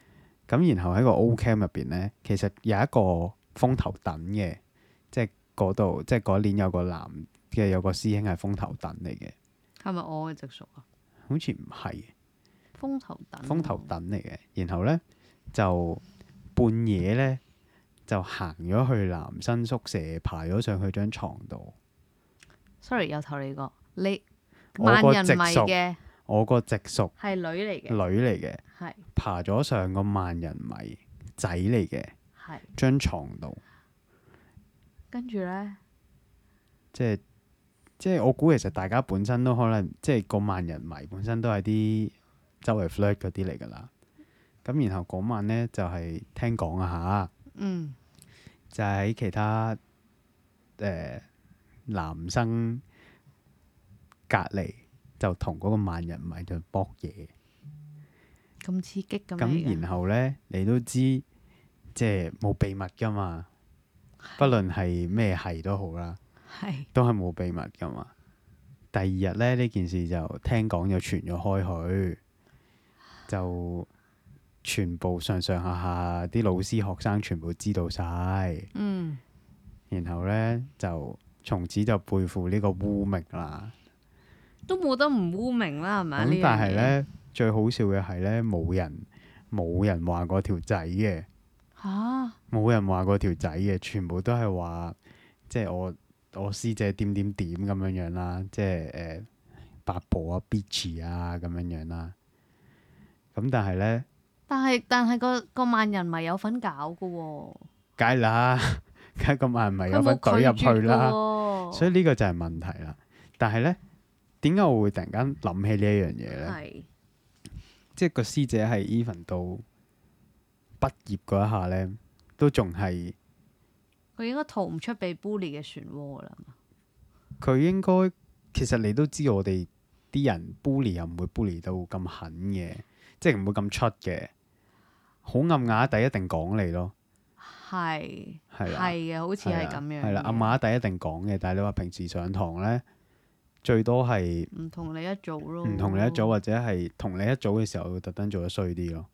S2: 咁然後喺個 O Camp 入邊咧，其實有一個風頭等嘅，即係嗰度，即係嗰年有個男嘅有個師兄係風頭等嚟嘅，
S1: 係咪我嘅直屬啊？
S2: 好似唔係。
S1: 風頭等
S2: 風頭等嚟嘅，然後咧就半夜咧就行咗去男生宿舍，爬咗上去張床度。
S1: ，sorry 由頭嚟過，你
S2: 我個
S1: 萬人
S2: 直
S1: 迷
S2: 屬嗯
S1: 嘅
S2: 我個直屬
S1: 係女嚟
S2: 女
S1: 嘅，
S2: 嚟嘅，
S1: 係
S2: 爬咗上個萬人迷仔嚟嘅
S1: 係
S2: 張床度，
S1: 跟住咧
S2: 即係即係我估其實大家本身都可能即係個萬人迷本身都係啲周圍 flirt 嗰啲嚟㗎啦。咁然後嗰晚咧就係、聽講啊嚇。
S1: 嗯
S2: 就喺其他誒、呃男生隔離，就同嗰個萬人迷就搏嘢。
S1: 咁刺激咁
S2: 咁
S1: 樣
S2: 然後啊咧，你都知即係冇秘密噶嘛，不論係咩係都好啦，
S1: 係
S2: 都係冇秘密噶嘛。第二日咧，呢件事就聽講就傳咗開去，就全部上上下下啲老師學生全部知道晒。
S1: 嗯
S2: 然後咧就從此就背負呢個污名啦。
S1: 都冇得唔污名啦，係咪啊
S2: 咁但係
S1: 樣嘢
S2: 咧最好笑嘅係咧冇人冇人話過條仔嘅，
S1: 嚇
S2: 冇人話過條仔嘅，全部都係話即係我我師姐點點點咁樣樣啦，即係誒、呃八婆啊、bitch 啊咁樣樣啦。咁但係咧，
S1: 但係但係個個萬人迷有份搞嘅喎，
S2: 梗係啦， 梗係咁萬咪有
S1: 佢
S2: 份
S1: 冇
S2: 懟
S1: 拒
S2: 入去
S1: 絕嘅
S2: 啦。
S1: 喎，
S2: 所以呢個就係問題啦。但係咧，點解我會突然間諗起呢一樣嘢咧？
S1: 係
S2: 即係個師姐係 even 到畢業嗰一下咧，都仲係
S1: 佢應該逃唔出被 bully 嘅漩渦啦。
S2: 佢應該其實你都知我哋啲人 bully 又唔會 bully 到咁狠嘅，即係唔會咁出嘅，好暗啞底一定講你咯，
S1: 係
S2: 係啦
S1: 係嘅，好似係咁樣嘅。
S2: 係啦，暗啞底一定講嘅，但係你話平時上堂咧，最多係
S1: 唔同你一組咯。
S2: 唔同你一組，。或者係同你一組嘅時候，會特登做得衰啲咯。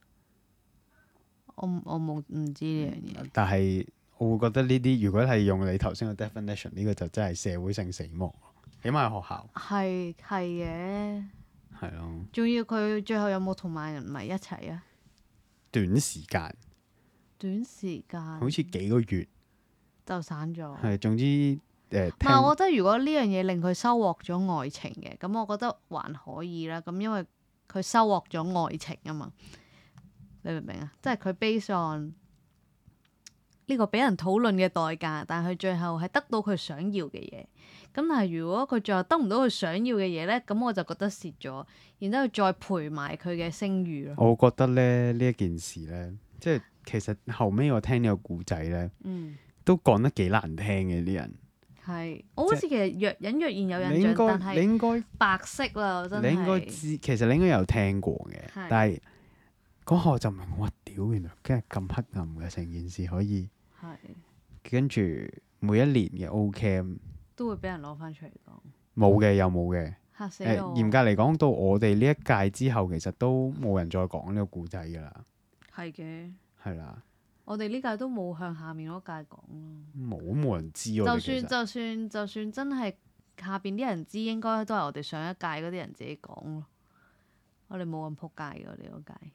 S1: 我唔我冇唔知呢樣嘢。
S2: 但係我會覺得呢啲，如果係用你頭先嘅 definition，呢個就真係社會性死亡，起碼係學校
S1: 係係嘅，
S2: 係咯，
S1: 仲要佢最後有冇同埋人咪一齊啊？
S2: 短時間
S1: 短時間
S2: 好似幾個月
S1: 就散咗。
S2: 係總之誒、呃
S1: 哦唔
S2: 聽
S1: 係，我覺得如果呢樣嘢令佢收穫咗愛情嘅，咁我覺得還可以啦。咁因為佢收穫咗愛情啊嘛，你明唔明啊？即係佢 base on 呢個俾人討論嘅代價，但係佢最後係得到佢想要嘅嘢。咁但係如果佢最後得唔到佢想要嘅嘢咧，咁我就覺得蝕咗，然之後再賠埋佢嘅聲譽咯。
S2: 我覺得咧呢一件事咧，即係其實後尾我聽呢個故仔咧，
S1: 嗯，
S2: 都講得幾難聽嘅啲人。
S1: 係，我好似其實若隱若現有
S2: 你
S1: 印象，
S2: 應
S1: 但
S2: 該你
S1: 係
S2: 應該
S1: 白色啦，真係。
S2: 你應該知，其實你應該有聽過嘅
S1: 係，
S2: 但係嗰下我就明，哇！屌，原來今日咁黑暗嘅成件事可以，
S1: 係
S2: 跟住每一年嘅 O Cam
S1: 都會俾人攞翻出嚟講。
S2: 冇嘅又冇嘅。
S1: 嚇嗯死
S2: 誒
S1: 我！
S2: 嚴格嚟講，到我哋呢一屆之後，其實都冇人再講呢個故仔㗎啦，
S1: 係嘅，
S2: 係啦，
S1: 我哋呢屆都冇向下面嗰屆講咯。
S2: 冇冇人知我
S1: 就
S2: 哋其
S1: 算
S2: 實
S1: 就算就算真係下邊啲人知，應該都係我哋上一屆嗰啲人自己講咯。我哋冇咁撲街嘅，我哋嗰屆。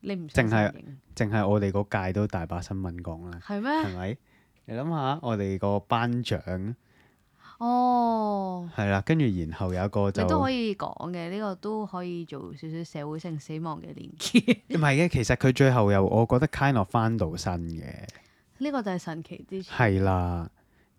S1: 你唔淨
S2: 淨係
S1: 係
S2: 淨係我哋嗰屆都大把新聞講啦，
S1: 係
S2: 係
S1: 咩？
S2: 咪？你諗下，我哋個班長
S1: 哦，
S2: 係啦，跟住然後有一個就
S1: 你都可
S2: 唔
S1: 以講嘅，呢個都可以做少少社會性死亡嘅連結。
S2: 係嘅，其實佢最後又我覺得 kind of 翻到身嘅，
S1: 呢個就係神奇之處。
S2: 係啦，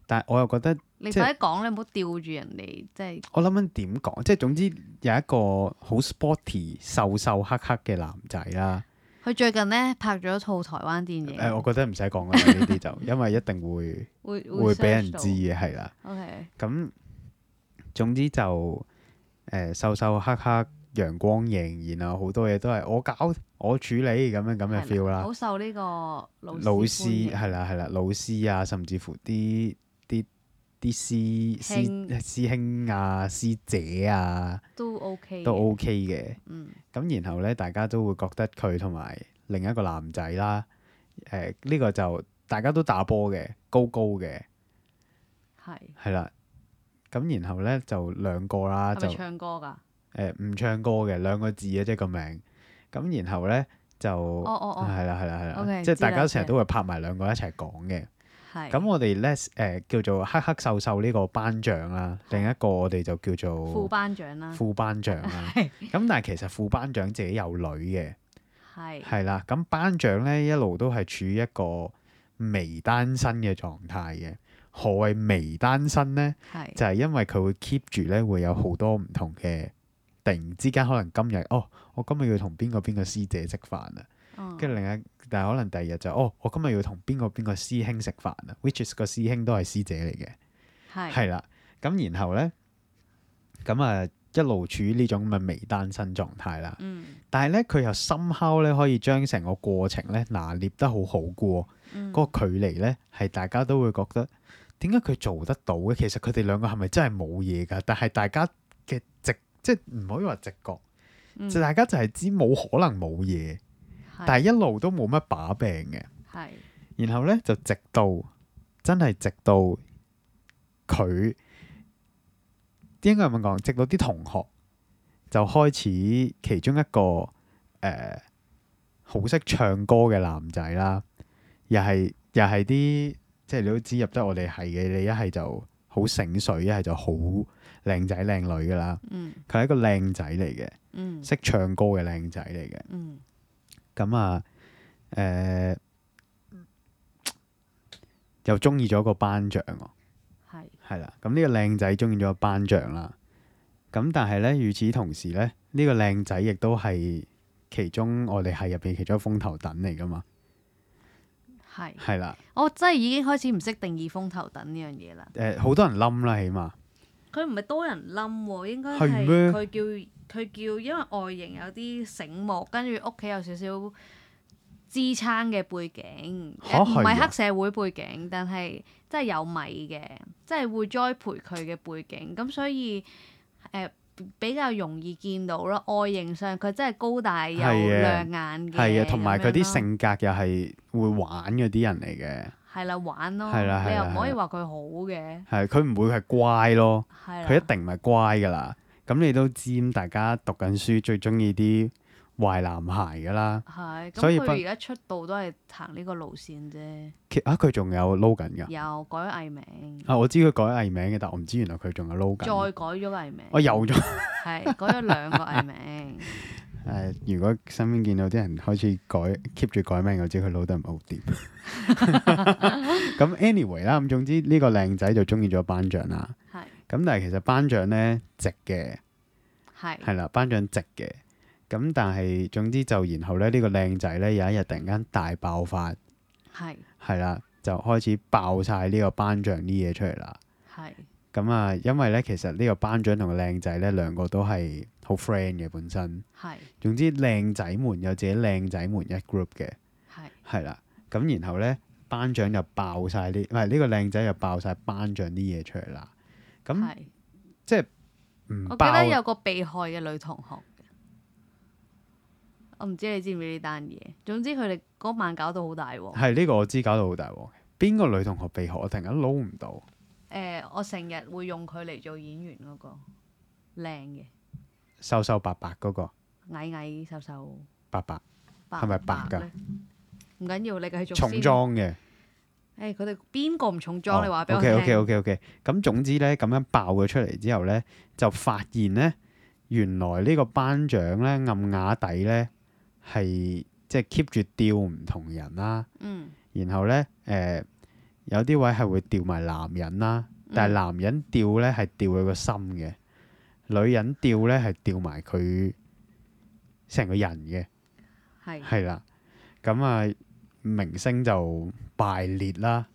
S2: 但係我又覺得。
S1: 你
S2: 即係
S1: 快啲講，你唔好吊住人哋，即係
S2: 我諗緊點講，即係總之有一個好 sporty、瘦瘦黑黑嘅男仔啦。
S1: 佢最近咧拍咗套台灣電
S2: 誒、
S1: 影。
S2: 我覺得唔使講啦，呢啲就因為一定會
S1: 會
S2: 會俾人
S1: search 到
S2: 知嘅，係啦。
S1: OK，
S2: 咁總之就誒、瘦瘦黑黑、陽光型，然後好多嘢都係我搞、我處理咁樣咁嘅
S1: 係
S2: feel 啦。
S1: 好受呢個老
S2: 老師
S1: 師歡迎
S2: 係啦係啦，老師啊，甚至乎啲啲啲師師
S1: 兄
S2: 師兄啊、師姐啊，
S1: 都 OK，
S2: 都
S1: 嘅
S2: OK 嘅。
S1: 嗯，
S2: 咁然後咧，大家都會覺得佢同埋另一個男仔啦，誒、呢、個就大家都打波嘅，高高嘅，
S1: 係
S2: 係啦。咁然後咧就兩個啦，
S1: 係
S2: 啊
S1: 咪
S2: 就誒唔、
S1: 唱歌㗎？
S2: 呃唱歌嘅兩個字嘅啫個名。咁然後咧就
S1: 哦哦哦
S2: 係啦係啦係啦
S1: OK，
S2: 即係大
S1: 知
S2: 家
S1: 啦
S2: 成
S1: 知啦
S2: 日都會拍埋兩個一齊講嘅。
S1: 係
S2: 咁我哋咧誒叫做黑黑瘦瘦呢個班長啦，另一個我哋就叫
S1: 哦副
S2: 做
S1: 班長啦，
S2: 副班 長啦。
S1: 係
S2: 咁但係其實副班長自己有女嘅。
S1: 係
S2: 係啦，咁班長咧一路都係處於一個微單身嘅狀態嘅。何謂微單身咧？
S1: 係
S2: 就係、因為佢會 keep 住咧，會有好多唔同嘅，突然之間可能今日哦，我今日要同邊個邊個師姐食飯啊，
S1: 嗯
S2: 跟住另一，但係可能第二日就哦，我今日要同邊個邊個師兄食飯啊，which is 個師兄都係師姐嚟嘅。
S1: 係
S2: 係啦，咁然後咧，咁啊一路處於呢種咁嘅微單身狀態啦。
S1: 嗯
S2: 但係咧，佢又深敲咧，可以將成個過程咧拿捏得好好嘅喎。
S1: 嗯
S2: 嗰、個距離咧係大家都會覺得點解佢做得到嘅？其實佢哋兩個係咪真係冇嘢㗎？但係大家嘅直即係唔可以話直覺，
S1: 嗯
S2: 就大家就係知冇可能冇嘢，但
S1: 係
S2: 係一路都冇乜把柄嘅。
S1: 係
S2: 然後咧就直到真係直到佢應該咁樣講，直到啲同學就開始其中一個誒好識唱歌嘅男仔啦，又係又係啲即係你都知入得我哋係嘅，你一係就好醒水，一係就好靚仔靚女噶啦。
S1: 嗯
S2: 佢係一個靚仔嚟嘅，
S1: 嗯
S2: 識唱歌嘅靚仔嚟嘅。
S1: 嗯
S2: 咁啊，誒、又中意咗個班長喎，
S1: 係
S2: 係啦。咁呢個靚仔中意咗個班長啦。咁但係咧，與此同時咧，呢、個靚仔亦都係其中我哋係入邊其中一個風頭等嚟噶嘛。
S1: 係，
S2: 係啦，
S1: 我真係已經開始唔識定義風頭等呢樣嘢啦。
S2: 誒呃好多人冧啦，起碼
S1: 佢唔係多人冧喎，應該
S2: 係
S1: 係
S2: 咩
S1: 佢叫佢叫，因為外形有啲醒目，跟住屋企有少少支撐嘅背景，
S2: 嚇
S1: 誒唔
S2: 係啊啊
S1: 係黑社會背景，但係真係有米嘅，即係會栽培佢嘅背景，咁所以誒、呃比較容易見到啦。外形上佢真係高大又
S2: 係啊
S1: 亮眼嘅，
S2: 係啊，同埋佢
S1: 咁樣
S2: 啲
S1: 咯
S2: 性格又係會玩嗰啲人嚟嘅，
S1: 係啦玩咯，
S2: 係啦係
S1: 你又
S2: 啦
S1: 唔
S2: 係
S1: 可以
S2: 啦
S1: 話佢好嘅，
S2: 係佢唔會係乖咯，
S1: 係啦。啊
S2: 佢一定唔係乖噶啦。咁你都知，咁大家讀緊書最中意啲壞男孩噶啦。
S1: 係，咁
S2: 所以
S1: 佢
S2: 不
S1: 而家出道都係行呢個路線啫，
S2: 其啊，佢仲有撈緊㗎。
S1: 又改咗藝名，
S2: 啊，我知佢改藝名嘅，但我唔知原來佢仲有撈
S1: 再改
S2: 緊。
S1: 咗個藝名，
S2: 我有咗。
S1: 係改咗兩個藝 名，
S2: 誒、如果身邊見到啲人開始改 keep 住改名，我知佢老得唔係好掂。咁 anyway 啦，咁總之呢個靚仔就中意咗班長啦。
S1: 係
S2: 咁但係其實班長咧直嘅，
S1: 係
S2: 係啦，班長直嘅。咁但係總之就然後咧，呢、個靚仔咧有一日突然間大爆發，
S1: 係
S2: 係啦，就開始爆晒呢個班長啲嘢出嚟啦。
S1: 係
S2: 咁啊，因為咧其實呢個班長同個靚仔咧兩個都係好 friend 嘅本身。
S1: 係
S2: 總之靚仔們有自己靚仔們一 group 嘅。
S1: 係
S2: 係啦，咁然後咧，班長就爆晒啲，唔係呢個靚仔就爆晒班長啲嘢出嚟啦。咁
S1: 係，
S2: 即係唔
S1: 我記得
S2: 爆
S1: 啊有個被害嘅女同學嘅，我唔知你知唔知呢單嘢，總之佢哋嗰晚搞到好大鑊，
S2: 係呢個我知搞到好大鑊嘅。邊個女同學被學？我突然間撈唔到。
S1: 誒我成日會用佢嚟做演員嗰個靚嘅
S2: 瘦瘦白白嗰個
S1: 矮矮瘦瘦
S2: 白白
S1: 白
S2: 係咪白㗎
S1: 咧？唔緊要，你繼續
S2: 重
S1: 先
S2: 裝嘅，
S1: 誒，佢哋邊個唔重裝？你話俾我
S2: O K
S1: 聽。
S2: O K O K O K。咁總之咧，咁樣爆佢出嚟之後咧，就發現咧，原來呢個班長咧暗啞底咧係即係 keep 住吊唔同人啦、
S1: 嗯，
S2: 然後咧誒、呃有啲位係會調埋男人啦，但
S1: 嗯
S2: 係男人調咧係調佢個心嘅，女人調咧係調埋佢成個人嘅，
S1: 係
S2: 係啦。咁啊，明星就敗裂啦。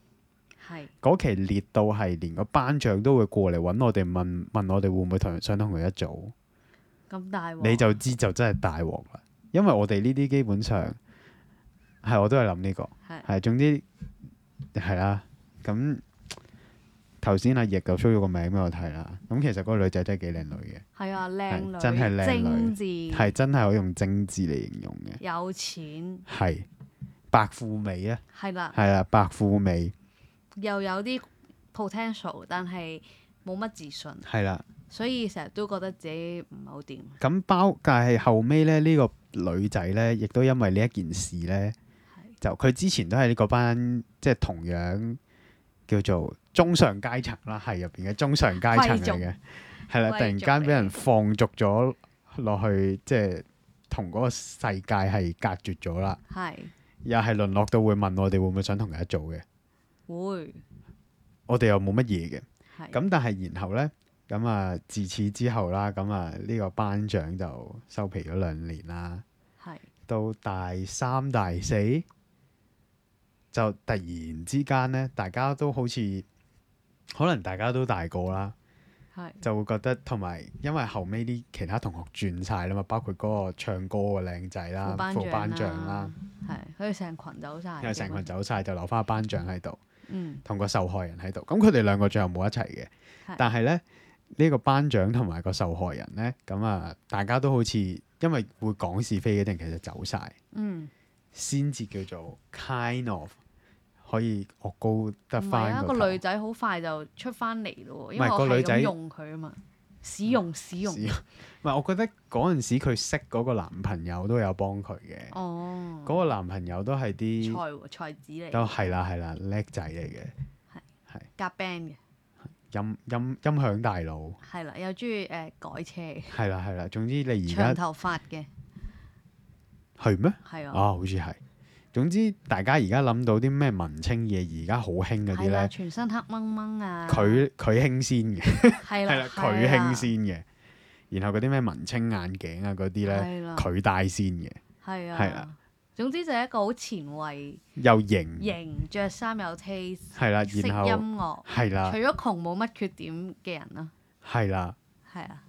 S1: 係
S2: 嗰期裂到係連個班長都會過嚟揾我哋問問我哋會唔會同想同佢一組，
S1: 咁大鑊。
S2: 你就知就真係大鑊啦。因為我哋呢啲基本上係我都係諗呢個。
S1: 係
S2: 係，總之係啦。咁頭先阿奕就 show 咗個名俾我睇啦。咁其實嗰個女仔真係幾靚女
S1: 係啊，靚女，
S2: 真係靚女
S1: 精
S2: 嘅，
S1: 緻，
S2: 係真係可以用精緻嚟形容嘅，
S1: 有錢，
S2: 係白富美啊，
S1: 係啦，
S2: 係啦，白富美
S1: 又有啲 potential，但係冇乜自信，
S2: 係啦。
S1: 所以成日都覺得自己唔係好掂。
S2: 咁包但係後尾咧，呢、個女仔咧，亦都因為呢一件事咧，
S1: 係
S2: 就佢之前都係嗰班即係同樣叫做中上階層啦，係入邊嘅中上階層嚟嘅，係啦，
S1: 貴族
S2: 突然間俾人
S1: 嚟嘅
S2: 放逐咗落去，即係同嗰個世界係隔絕咗啦，
S1: 係
S2: 又係淪落到會問我哋會唔會想同佢一組嘅，
S1: 會
S2: 我哋又冇乜嘢嘅，
S1: 係
S2: 咁但係然後呢，咁啊自此之後啦，咁啊呢個班長就收皮咗兩年啦。
S1: 係
S2: 到大三大四就突然之間咧，大家都好似可能大家都大個啦，
S1: 係
S2: 就會覺得同埋因為後尾啲其他同學轉晒啦嘛，包括嗰個唱歌個靚仔啦
S1: 副、班
S2: 啊副班長
S1: 長
S2: 啦
S1: 啦，，係佢哋成群走晒，
S2: 因為成群走晒就留翻個班長喺度，
S1: 嗯
S2: 同個受害人喺度。咁佢哋兩個最後冇一齊嘅
S1: 係，
S2: 但係咧呢、呢個班長同埋個受害人咧，咁啊大家都好似因為會講是非嘅，定其實走晒。
S1: 嗯，
S2: 先至叫做 kind of 可以惡高得
S1: 唔係啊，
S2: 翻
S1: 個女
S2: 個
S1: 仔好快就出翻嚟咯喎，因
S2: 唔
S1: 為
S2: 係
S1: 我
S2: 個女
S1: 係
S2: 仔
S1: 咁用佢啊嘛，使用使
S2: 頭
S1: 用
S2: 屎。唔係，我覺得嗰陣時佢識嗰個男朋友都有幫佢嘅。
S1: 哦，
S2: 嗰個男朋友都係啲
S1: 才才子嚟
S2: 都
S1: 嘅，
S2: 係啦係啦叻仔嚟嘅
S1: 夾 band 嘅，
S2: 音音音響大佬
S1: 係啦，又中意誒呃改車嘅，
S2: 係啦係啦，總之你而
S1: 長
S2: 家
S1: 頭髮嘅，
S2: 係咩？
S1: 係啊，
S2: 啊，好似係。總之大家而家諗到啲咩文青嘢，而家好興嗰啲
S1: 係啦，
S2: 咧，
S1: 全身黑掹掹啊，
S2: 佢佢興先嘅，
S1: 係
S2: 係啦
S1: 啦，
S2: 佢興先嘅。然後嗰啲咩文青眼鏡啊嗰啲咧，
S1: 係啦，
S2: 佢戴先嘅。
S1: 係啊，
S2: 係啦
S1: 總之就係一個好前衞、
S2: 又型，
S1: 型、着衫有 taste、
S2: 係啦，
S1: 識音
S2: 嗯然後啊
S1: 樂，
S2: 係啦
S1: 除，咗窮冇乜缺點嘅人啦，
S2: 係啦。
S1: 係 啊，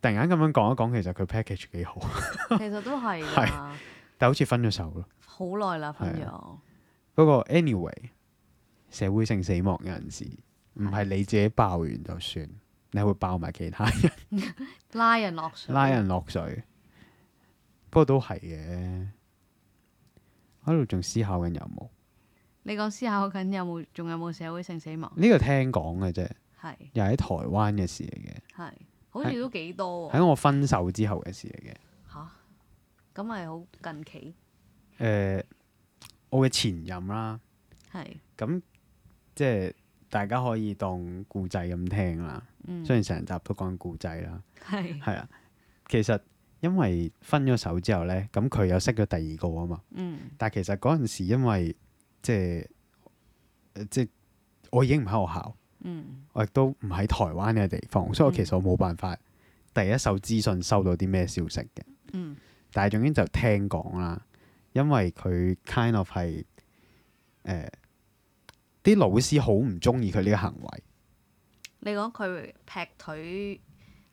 S2: 突然間咁樣講一講，其實佢 package 幾好，
S1: 其實都係㗎，
S2: 但好似分咗手咯。
S1: 好耐啦分咗，
S2: 啊不過 anyway，社會性死亡有陣時唔係你自己爆完就算，你會爆埋其他人，
S1: 拉人落水，
S2: 拉人落水。不過都係嘅，我喺度仲思考緊有冇
S1: 你講思考緊有冇仲有冇社會性死亡？
S2: 呢個聽講嘅啫，
S1: 係
S2: 又喺台灣嘅事嚟嘅，
S1: 係，好似都幾多喎
S2: 喺我分手之後嘅事嚟嘅。
S1: 嚇，咁咪好近期
S2: 誒、我嘅前任啦，
S1: 係
S2: 咁即係大家可以當故仔咁聽啦。
S1: 嗯
S2: 雖然成集都講故仔啦，
S1: 係
S2: 係啊，其實因為分咗手之後咧，咁佢又識咗第二個啊嘛。
S1: 嗯
S2: 但係其實嗰陣時因為即係呃即係我已經唔喺學校，
S1: 嗯
S2: 我亦都唔喺台灣嘅地方，所以我
S1: 嗯
S2: 其實我冇辦法第一手資訊收到啲咩消息嘅。
S1: 嗯
S2: 但係總之就聽講啦，因為佢 kind of 係誒啲老師好唔中意佢呢個行為。
S1: 你講佢劈腿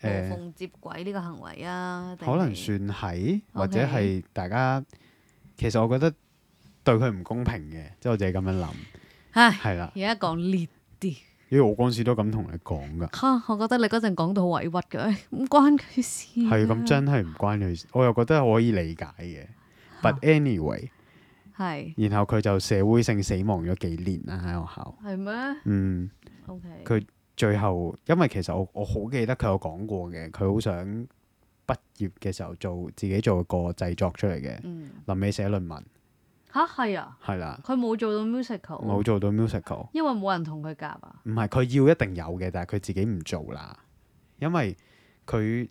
S1: 無
S2: 誒
S1: 縫接軌呢個行為啊，定
S2: 可能
S1: 係
S2: 算係，或者
S1: OK
S2: 係大家其實我覺得對佢唔公平嘅，即係我自己咁樣諗，
S1: 唉，
S2: 係啦，
S1: 而家講裂啲。
S2: 因為我嗰陣時都咁同你講噶，
S1: 哈！我覺得你嗰陣講到好委屈嘅，唉唔關佢事。
S2: 係咁，真係唔關佢事，我又覺得可以理解嘅。But anyway，
S1: 係
S2: 然後佢就社會性死亡咗幾年啦喺學校，
S1: 係咩
S2: 嗯，
S1: ？OK，
S2: 佢最後因為其實我我好記得佢有講過嘅，佢好想畢業嘅時候做自己做個製作出嚟嘅，
S1: 嗯
S2: 臨尾寫論文，
S1: 吓係啊，
S2: 係啦，
S1: 佢冇做到 musical，
S2: 冇做到 musical。
S1: 因為冇人同佢夾啊。
S2: 唔係佢要一定有嘅，但係佢自己唔做啦，因為佢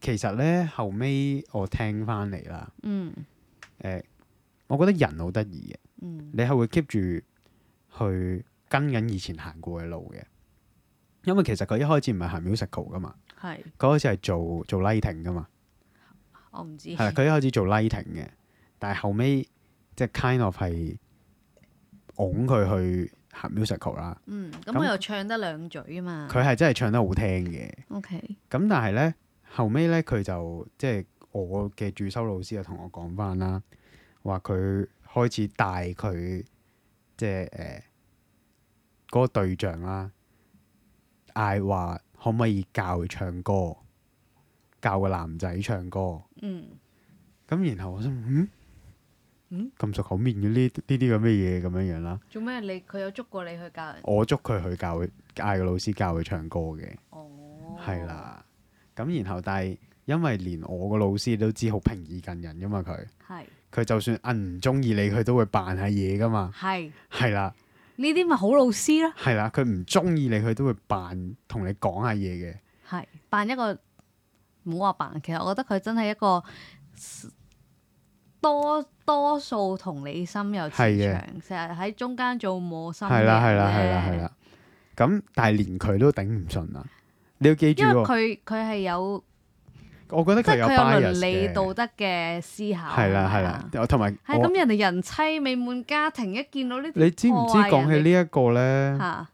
S2: 其實咧後尾我聽翻嚟啦，
S1: 嗯
S2: 誒、我覺得人好得意嘅，
S1: 嗯
S2: 你係會 keep 住去跟緊以前行過嘅路嘅，因為其實佢一開始唔係行 musical 噶嘛，
S1: 係，
S2: 佢開始係做做 lighting 噶嘛，
S1: 我唔知。
S2: 係啦，佢一開始做 lighting 嘅，但係後尾即係 kind of 係拱佢去行 musical 啦，
S1: 嗯，咁
S2: 咁
S1: 佢又唱得兩嘴啊嘛。
S2: 佢係真係唱得好聽嘅。
S1: OK，
S2: 咁但係咧，後尾咧佢就即係我嘅主修老師就同我講翻啦，話佢開始帶佢即係誒嗰個對象啦，嗌話可唔可以教佢唱歌，教個男仔唱歌。
S1: 嗯
S2: 咁然後我心諗嗯
S1: 嗯
S2: 咁熟口面嘅呢呢啲咁嘅嘢咁樣樣啦，
S1: 做咩你佢有捉過你去教人？
S2: 我捉佢去教佢嗌個老師教佢唱歌嘅。
S1: 哦，
S2: 係，啦，咁然後但係因為連我個老師都知好平易近人噶嘛，佢
S1: 係
S2: 佢就算摁唔中意你，佢都會扮下嘢噶嘛，
S1: 係
S2: 係啦
S1: 呢啲咪好老師啦，
S2: 係啦，佢唔中意你，佢都會扮同你講下嘢嘅，
S1: 係扮一個唔好話扮，其實我覺得佢真係一個 s- 多多數同理心有磁
S2: 係嘅
S1: 場，成日喺中間做磨心
S2: 係啦係啦係啦係
S1: 係，
S2: 啦，咁但係連佢都頂唔順啦，你要記住
S1: 因為
S2: 喎，
S1: 佢佢係有
S2: 我覺得
S1: 即
S2: 佢
S1: 係
S2: 有
S1: 佢有
S2: bias
S1: 倫理道
S2: 嘅，
S1: 德嘅思考，啊
S2: 係啦係啦，我同埋
S1: 係
S2: 我
S1: 咁人哋人妻美滿家庭一見到呢啊啲
S2: 你知唔知
S1: 破壞
S2: 講
S1: 人
S2: 起呢一個咧？
S1: 嚇，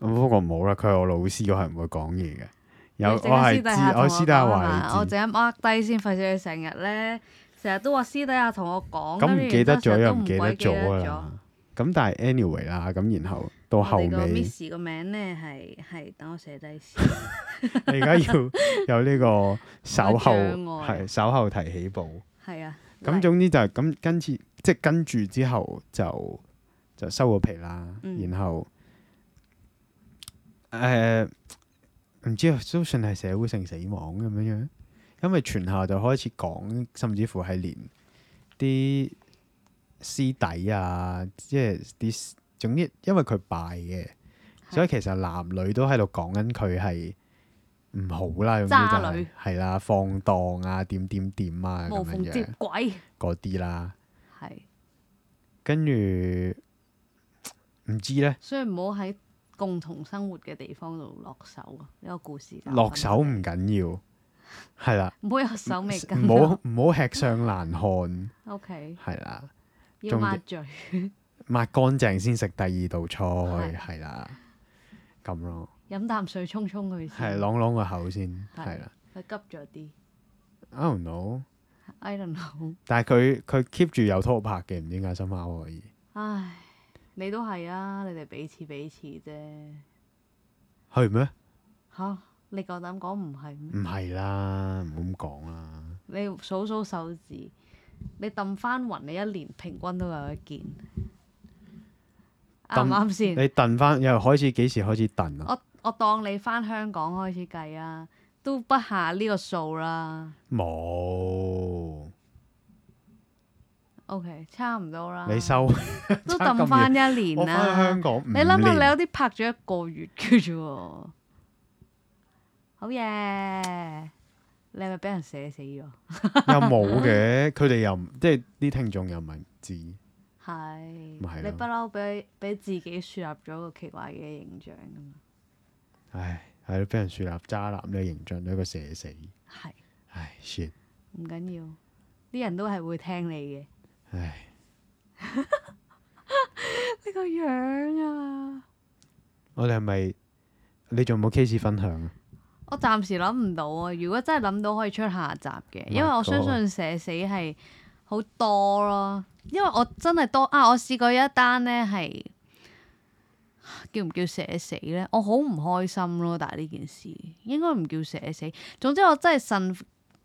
S2: 咁不過唔好啦，佢係我老師，我係唔會講嘢嘅。有
S1: 你陣
S2: 我
S1: 間
S2: 係
S1: 私底
S2: 知，
S1: 下
S2: 我
S1: 同
S2: 私底下
S1: 講
S2: 話
S1: 啊嘛
S2: 你知
S1: 我陣。間 mark 低先，費事你成日咧，成日都話私底下同我講，
S2: 咁唔記得咗又唔記
S1: 記
S2: 得咗
S1: 咗。
S2: 啦。咁但係 anyway 啦，咁然後到
S1: 我
S2: 後
S1: 哋個
S2: 尾，
S1: Miss 個名咧係係等我寫低先，
S2: 你而家要有呢個稍 後
S1: 有障礙
S2: 係稍後提起步。
S1: 係啊。
S2: 咁
S1: 嚟
S2: 總之就係咁跟住，即係跟住之後就就收咗皮啦。
S1: 嗯
S2: 然後誒唔知啊都算係社會性死亡咁樣樣，因為全校就開始講，甚至乎係連啲師弟啊，即係啲總之，因為佢敗嘅，所以其實男女都喺度講緊佢係。唔好啦，總之就
S1: 渣
S2: 係
S1: 女
S2: 係啦，放蕩啊，點點點啊，
S1: 無
S2: 咁樣
S1: 縫
S2: 樣
S1: 接軌
S2: 嗰啲啦，
S1: 係，
S2: 跟住唔知咧，
S1: 所以唔好喺共同生活嘅地方度落手啊！呢個故事教
S2: 落手
S1: 訓
S2: 唔緊要，係啦，
S1: 唔好有手啊尾跟
S2: 唔好唔好吃上難看，
S1: O K，
S2: 係啦。
S1: 要
S2: 重
S1: 抹
S2: 點
S1: 嘴。
S2: 抹乾淨先食第二道菜，
S1: 係
S2: 係啦，咁咯，
S1: 飲啖水沖沖佢
S2: 係
S1: 先，
S2: 啷啷個口先，
S1: 係
S2: 係啦。
S1: 佢急咗啲。
S2: I don't know，
S1: I don't know，
S2: 但係佢佢 keep 住有拖拍嘅，唔知點解深刻可以。
S1: 唉，你都係啊，你哋彼此彼此啫。
S2: 係咩？
S1: 吓，你夠膽講唔係咩？
S2: 唔係啦，唔好咁講啦。
S1: 你數數手指，你揼翻雲，你一年平均都有一件，啱唔啱
S2: 你
S1: 先？
S2: 燉翻又開始幾時開始燉啊？
S1: 我我當你翻香港開始計啊，都不下呢個數啦。
S2: 冇，
S1: OK，差唔多啦。
S2: 你收
S1: 都
S2: 差咁
S1: 揼翻一年啊
S2: 我翻
S1: 啦
S2: 香。港五
S1: 你諗下，你
S2: 年，
S1: 有啲拍咗一個月嘅啫喎，好嘢！你係咪俾人寫死咗？
S2: 又冇嘅，佢哋又唔即係啲聽眾又唔係知。
S1: 係，
S2: 咪係
S1: 你
S2: 咯
S1: 不嬲俾俾自己樹立咗個奇怪嘅形象㗎嘛？
S2: 唉，係咯，俾人樹立渣男呢個形象，呢個社死。
S1: 啊係，
S2: 唉，shit，
S1: 唔緊要，啲人都係會聽你嘅。
S2: 唉。
S1: 你個樣啊！
S2: 我哋係咪？你仲有冇 case 分享啊？
S1: 我暫時諗唔到啊！如果真係諗到，可以出下集嘅，因為我
S2: Oh My God
S1: 相信社死係好多咯。因為我真係多啊！我試過一單咧係叫唔叫社死咧？我好唔開心咯，但係呢件事應該唔叫社死。總之我真係慎，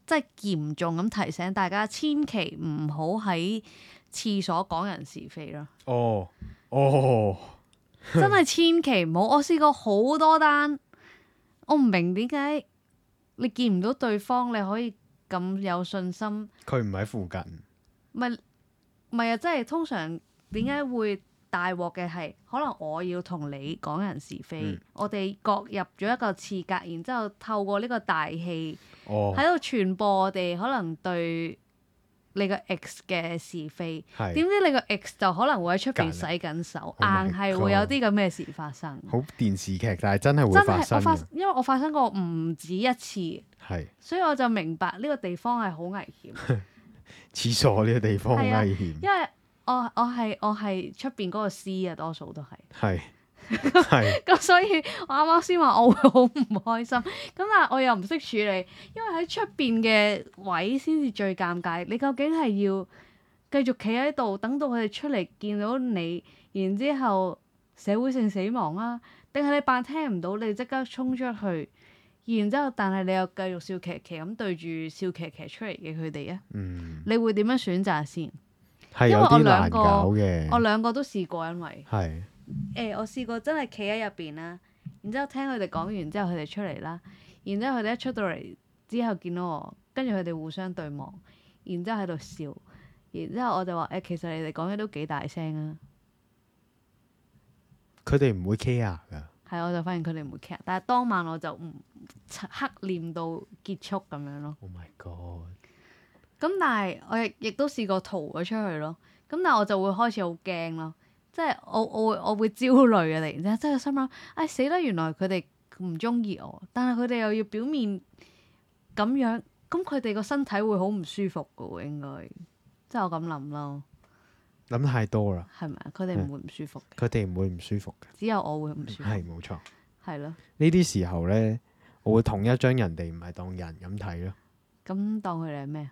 S1: 真係嚴重咁提醒大家，千祈唔好喺廁所講人是非咯。
S2: 哦，哦，
S1: 真係千祈唔好。我試過好多單，我唔明點解你見唔到對方，你可以咁有信心，
S2: 佢唔喺附近，
S1: 咪咪啊！真係通常點解會大鑊嘅係，可能我要同你講人是非，
S2: 嗯
S1: 我哋各入咗一個刺格，然之後透過呢個大氣
S2: 哦，
S1: 喺度傳播我哋可能對你個 ex 嘅是非。
S2: 係
S1: 點知你個 ex 就可能會喺出
S2: 隔離
S1: 邊洗緊手，
S2: Oh
S1: 硬
S2: my
S1: 係會有啲咁嘅事發生。
S2: 好電視劇，但係真係
S1: 真
S2: 會發
S1: 係我
S2: 生
S1: 發
S2: 嘅，，
S1: 因為我發生過唔止一次，
S2: 係
S1: 所以我就明白呢個地方係好危險，
S2: 廁所呢個地方好危
S1: 係啊
S2: 險，
S1: 因為我我係我係出邊嗰個 C 啊，多數都係。
S2: 係係
S1: 咁所以我啱啱先話我會好唔開心，咁但係我又唔識處理，因為喺出邊嘅位先至最尷尬。你究竟係要繼續企喺度等到佢哋出嚟見到你，然之後社會性死亡啊，定係你扮聽唔到，你即刻衝出去，然之後但係你又繼續笑騎騎咁對住笑騎騎出嚟嘅佢哋啊？
S2: 嗯，
S1: 你會點樣選擇先？
S2: 係
S1: 因
S2: 有
S1: 為我
S2: 啲
S1: 兩
S2: 難
S1: 個
S2: 搞
S1: 我
S2: 嘅，
S1: 兩個都試過，因為。
S2: 係
S1: 誒、我試過真係企喺入邊啦，然之後聽佢哋講完之後，佢哋出嚟啦，然之後佢哋一出到嚟之後見到我，跟住佢哋互相對望，然之後喺度笑，然之後我就話誒、其實你哋講嘢都幾大聲啊，
S2: 佢哋唔會 care 噶，
S1: 係我就發現佢哋唔會 care，但係當晚我就唔黑念到結束咁樣咯。
S2: Oh my god，
S1: 咁但係我亦亦都試過逃咗出去咯，咁但係我就會開始好驚咯，即係我我會我會焦慮啊！突然之間，即係心諗，唉死啦！原來佢哋唔中意我，但係佢哋又要表面咁樣，咁佢哋個身體會好唔舒服噶喎，應該，即係我咁諗咯，
S2: 諗太多啦，
S1: 係咪啊？佢哋唔會唔舒服嘅，
S2: 佢哋唔會唔舒服嘅，
S1: 只有我會唔舒服，
S2: 係冇錯。
S1: 係咯。
S2: 呢啲時候咧，我會統一將人哋唔係當人咁睇咯
S1: 咁當佢哋係咩啊？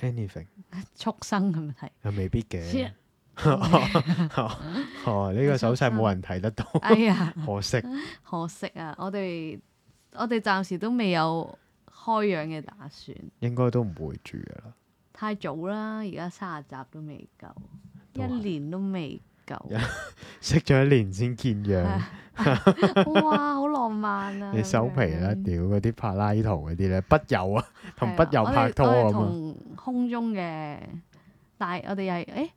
S2: ，anything
S1: 畜生咁睇，
S2: 又未必 嘅。
S1: 切
S2: 哦，呢個手勢冇人睇得 到，
S1: 哎呀！
S2: 可惜。
S1: 可惜啊！我哋我哋暫時都未有開養嘅打算，
S2: 應該都唔會住噶啦，
S1: 太早啦！而家三十集都未夠，
S2: 都係
S1: 一年都未夠，
S2: 識咗一年先 見樣，
S1: 哇！好浪漫啊！
S2: 你收皮啦！
S1: 咁樣
S2: 屌嗰啲柏拉圖嗰啲咧，筆友啊，同
S1: 係啊
S2: 筆友
S1: 我哋
S2: 拍拖
S1: 我
S2: 啊
S1: 哋
S2: 嘛，
S1: 同空中嘅大，我哋係誒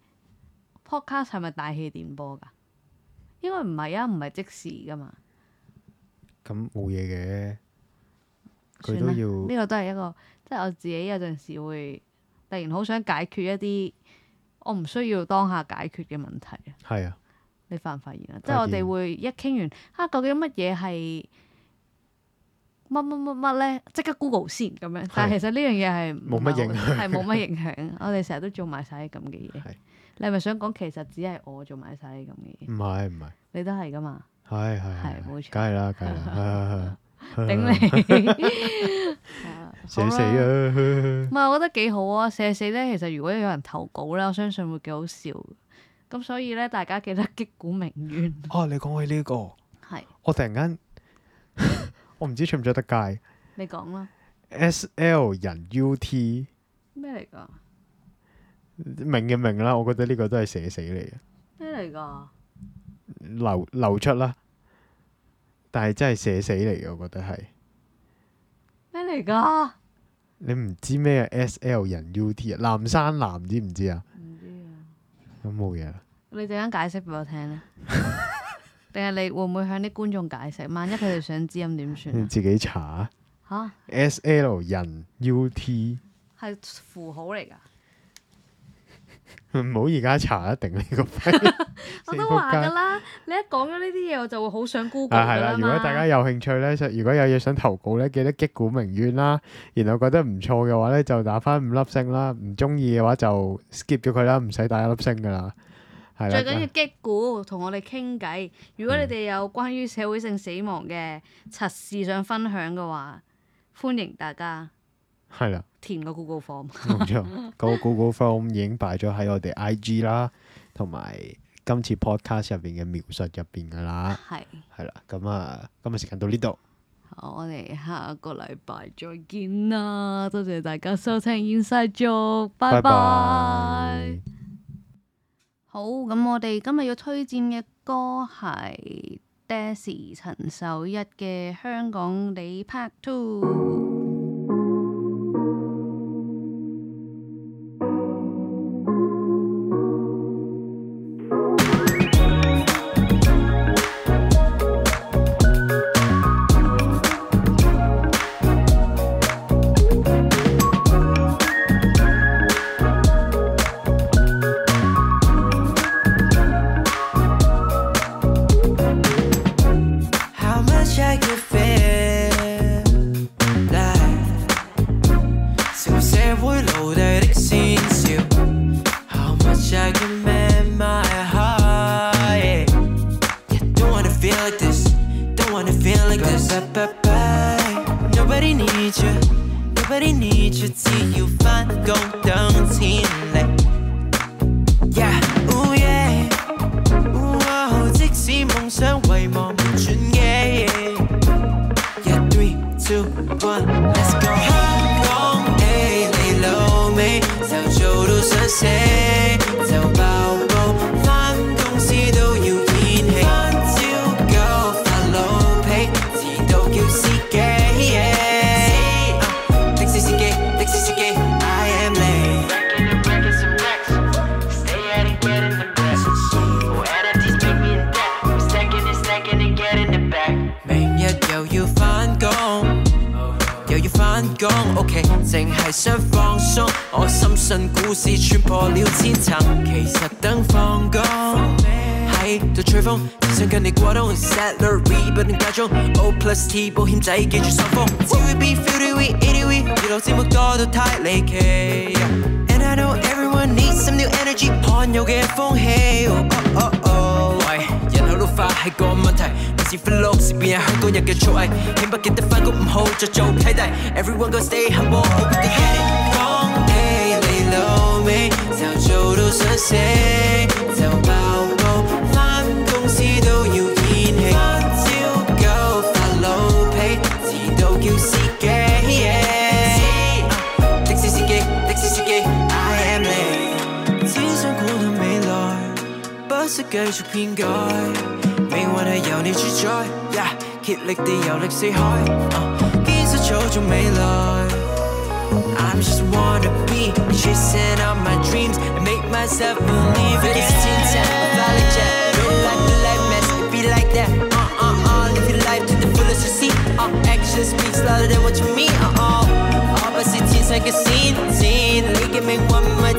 S1: podcast 係咪大氣電波㗎？應該唔係啊，唔係即時㗎嘛。
S2: 咁冇嘢嘅，佢
S1: 算
S2: 都
S1: 啦
S2: 要
S1: 呢個都係一個，即係我自己有陣時會突然好想解決一啲我唔需要當下解決嘅問題啊！
S2: 係啊，
S1: 你發唔發現啊？即
S2: 發
S1: 係我
S2: 現
S1: 哋會一傾完啊，究竟乜嘢係乜乜乜乜咧，即刻 Google 先咁樣。但
S2: 係
S1: 係其實呢樣嘢係
S2: 冇乜影響
S1: 係冇乜影 響。我哋成日都做埋晒啲咁嘅嘢
S2: 係。嗯
S1: 你係咪想講其實只係我做埋晒啲咁嘅嘢？
S2: 唔係唔係，
S1: 你都係噶嘛？
S2: 係係
S1: 係
S2: 係，
S1: 冇錯
S2: 梗係啦，梗 係啦，
S1: 頂你！ 係啊
S2: 寫 死！
S1: 好啦
S2: 啊！
S1: 唔係，我覺得幾好啊！射死咧，其實如果有人投稿咧，我相信會幾好笑。咁所以咧，大家記得擊鼓鳴冤，
S2: 哦，你講起呢個，
S1: 係
S2: 我突然間 我唔知出唔出得街
S1: 你講啦，
S2: S L 人 U T
S1: 咩嚟㗎？
S2: 明嘅明啦，我覺得呢個都係寫死嚟嘅，
S1: 咩嚟㗎？
S2: 流流出啦，但係真係寫死嚟嘅，我覺得係
S1: 咩嚟㗎？
S2: 你唔知咩啊 S L 人 U T 啊，南山南知唔知啊？
S1: 唔知啊！
S2: 咁冇嘢啦。
S1: 你陣間解釋俾我聽咧，啊 定係你會唔會向啲觀眾解釋？萬一佢哋想知咁點算
S2: 你
S1: 啊
S2: 自己查
S1: 吓？
S2: S L 人 U T，
S1: 係符號嚟㗎，
S2: 唔好而家查一定呢個肺
S1: 我
S2: 死
S1: 都
S2: 仆
S1: 話
S2: 街
S1: 㗎啦。你一講咗呢啲嘢，我就會好想 Google
S2: 啊，
S1: 㗎
S2: 係啦！
S1: 啦
S2: 如果
S1: 嘛
S2: 大家有興趣咧，想如果有嘢想投稿咧，記得擊鼓鳴冤啦。然後覺得唔錯嘅話咧，就打翻五粒星啦。唔中意嘅話就 skip 咗佢啦，唔使打一粒星噶啦。係啦，
S1: 最緊要擊鼓同我哋傾偈。如
S2: 嗯
S1: 果你哋有關於社會性死亡嘅測試想分享嘅話，歡迎大家
S2: 係啦，
S1: 填個 Google Form。
S2: 冇 錯。個 Google Form 已經擺咗喺我哋 IG 啦，同埋今次 podcast 入邊嘅描述入邊噶啦。
S1: 係，
S2: 係啦，咁啊，今日時間到呢度，
S1: 好，我哋下個禮拜再見啦！多謝大家收聽 Inside Joke，拜拜。好，咁我哋今日要推薦嘅歌係 Daisy 陳守一嘅《香港你 Part Two》。
S3: How much I could feel like 小社會奴隸的先兆 How much I could mend my heart yeah. Don't wanna feel like this Don't wanna feel like this bye, bye, bye. Nobody needs you Nobody needs you Till you find 共等天力 Yeah, ooh yeah 哇即使夢想遺忘沒轉機。一 three two one，let's go。香港地你老味，就做到想死，就爆煲，翻公司都要演戲，翻朝九發老脾，遲到叫司機。的士司機，的士司機，I am late。明日又要返工，又要返工，OK，淨係想放鬆。我深信股市穿破了千層，其實等放工喺度吹風，只想跟你過冬。Salary 不斷加鐘，O plus T 保險仔記住收風。TVB feel TV ATV 娛樂節目多到太離奇。And I know everyone needs some new energy，罕有嘅風氣。Oh, oh, oh, oh. 喂，人口老化係個問題，唔是 f l o 是變係香港人嘅造詣，顯不記得翻工唔好再做契弟。Everyone go stay humble with the head。講你你老味，就做到想死，就爆煲，翻公司都要演戲，翻朝九發老脾，遲到叫司機。的士司機，的士司機，I am late。只想估到未來，不惜繼續偏改。命運係由你主宰，yeah，竭力地遊歷四海，啊堅守操縱未來。I'm just wanna be chasing out my dreams and make myself believe it. It's teen time, I fly like jet. Real life, the life mess, it be like that. Uh uh uh, live your life to the fullest you see. Uh, action speaks louder than what you mean. Uh uh, all but see teens like a scene, scene. Look at me, one my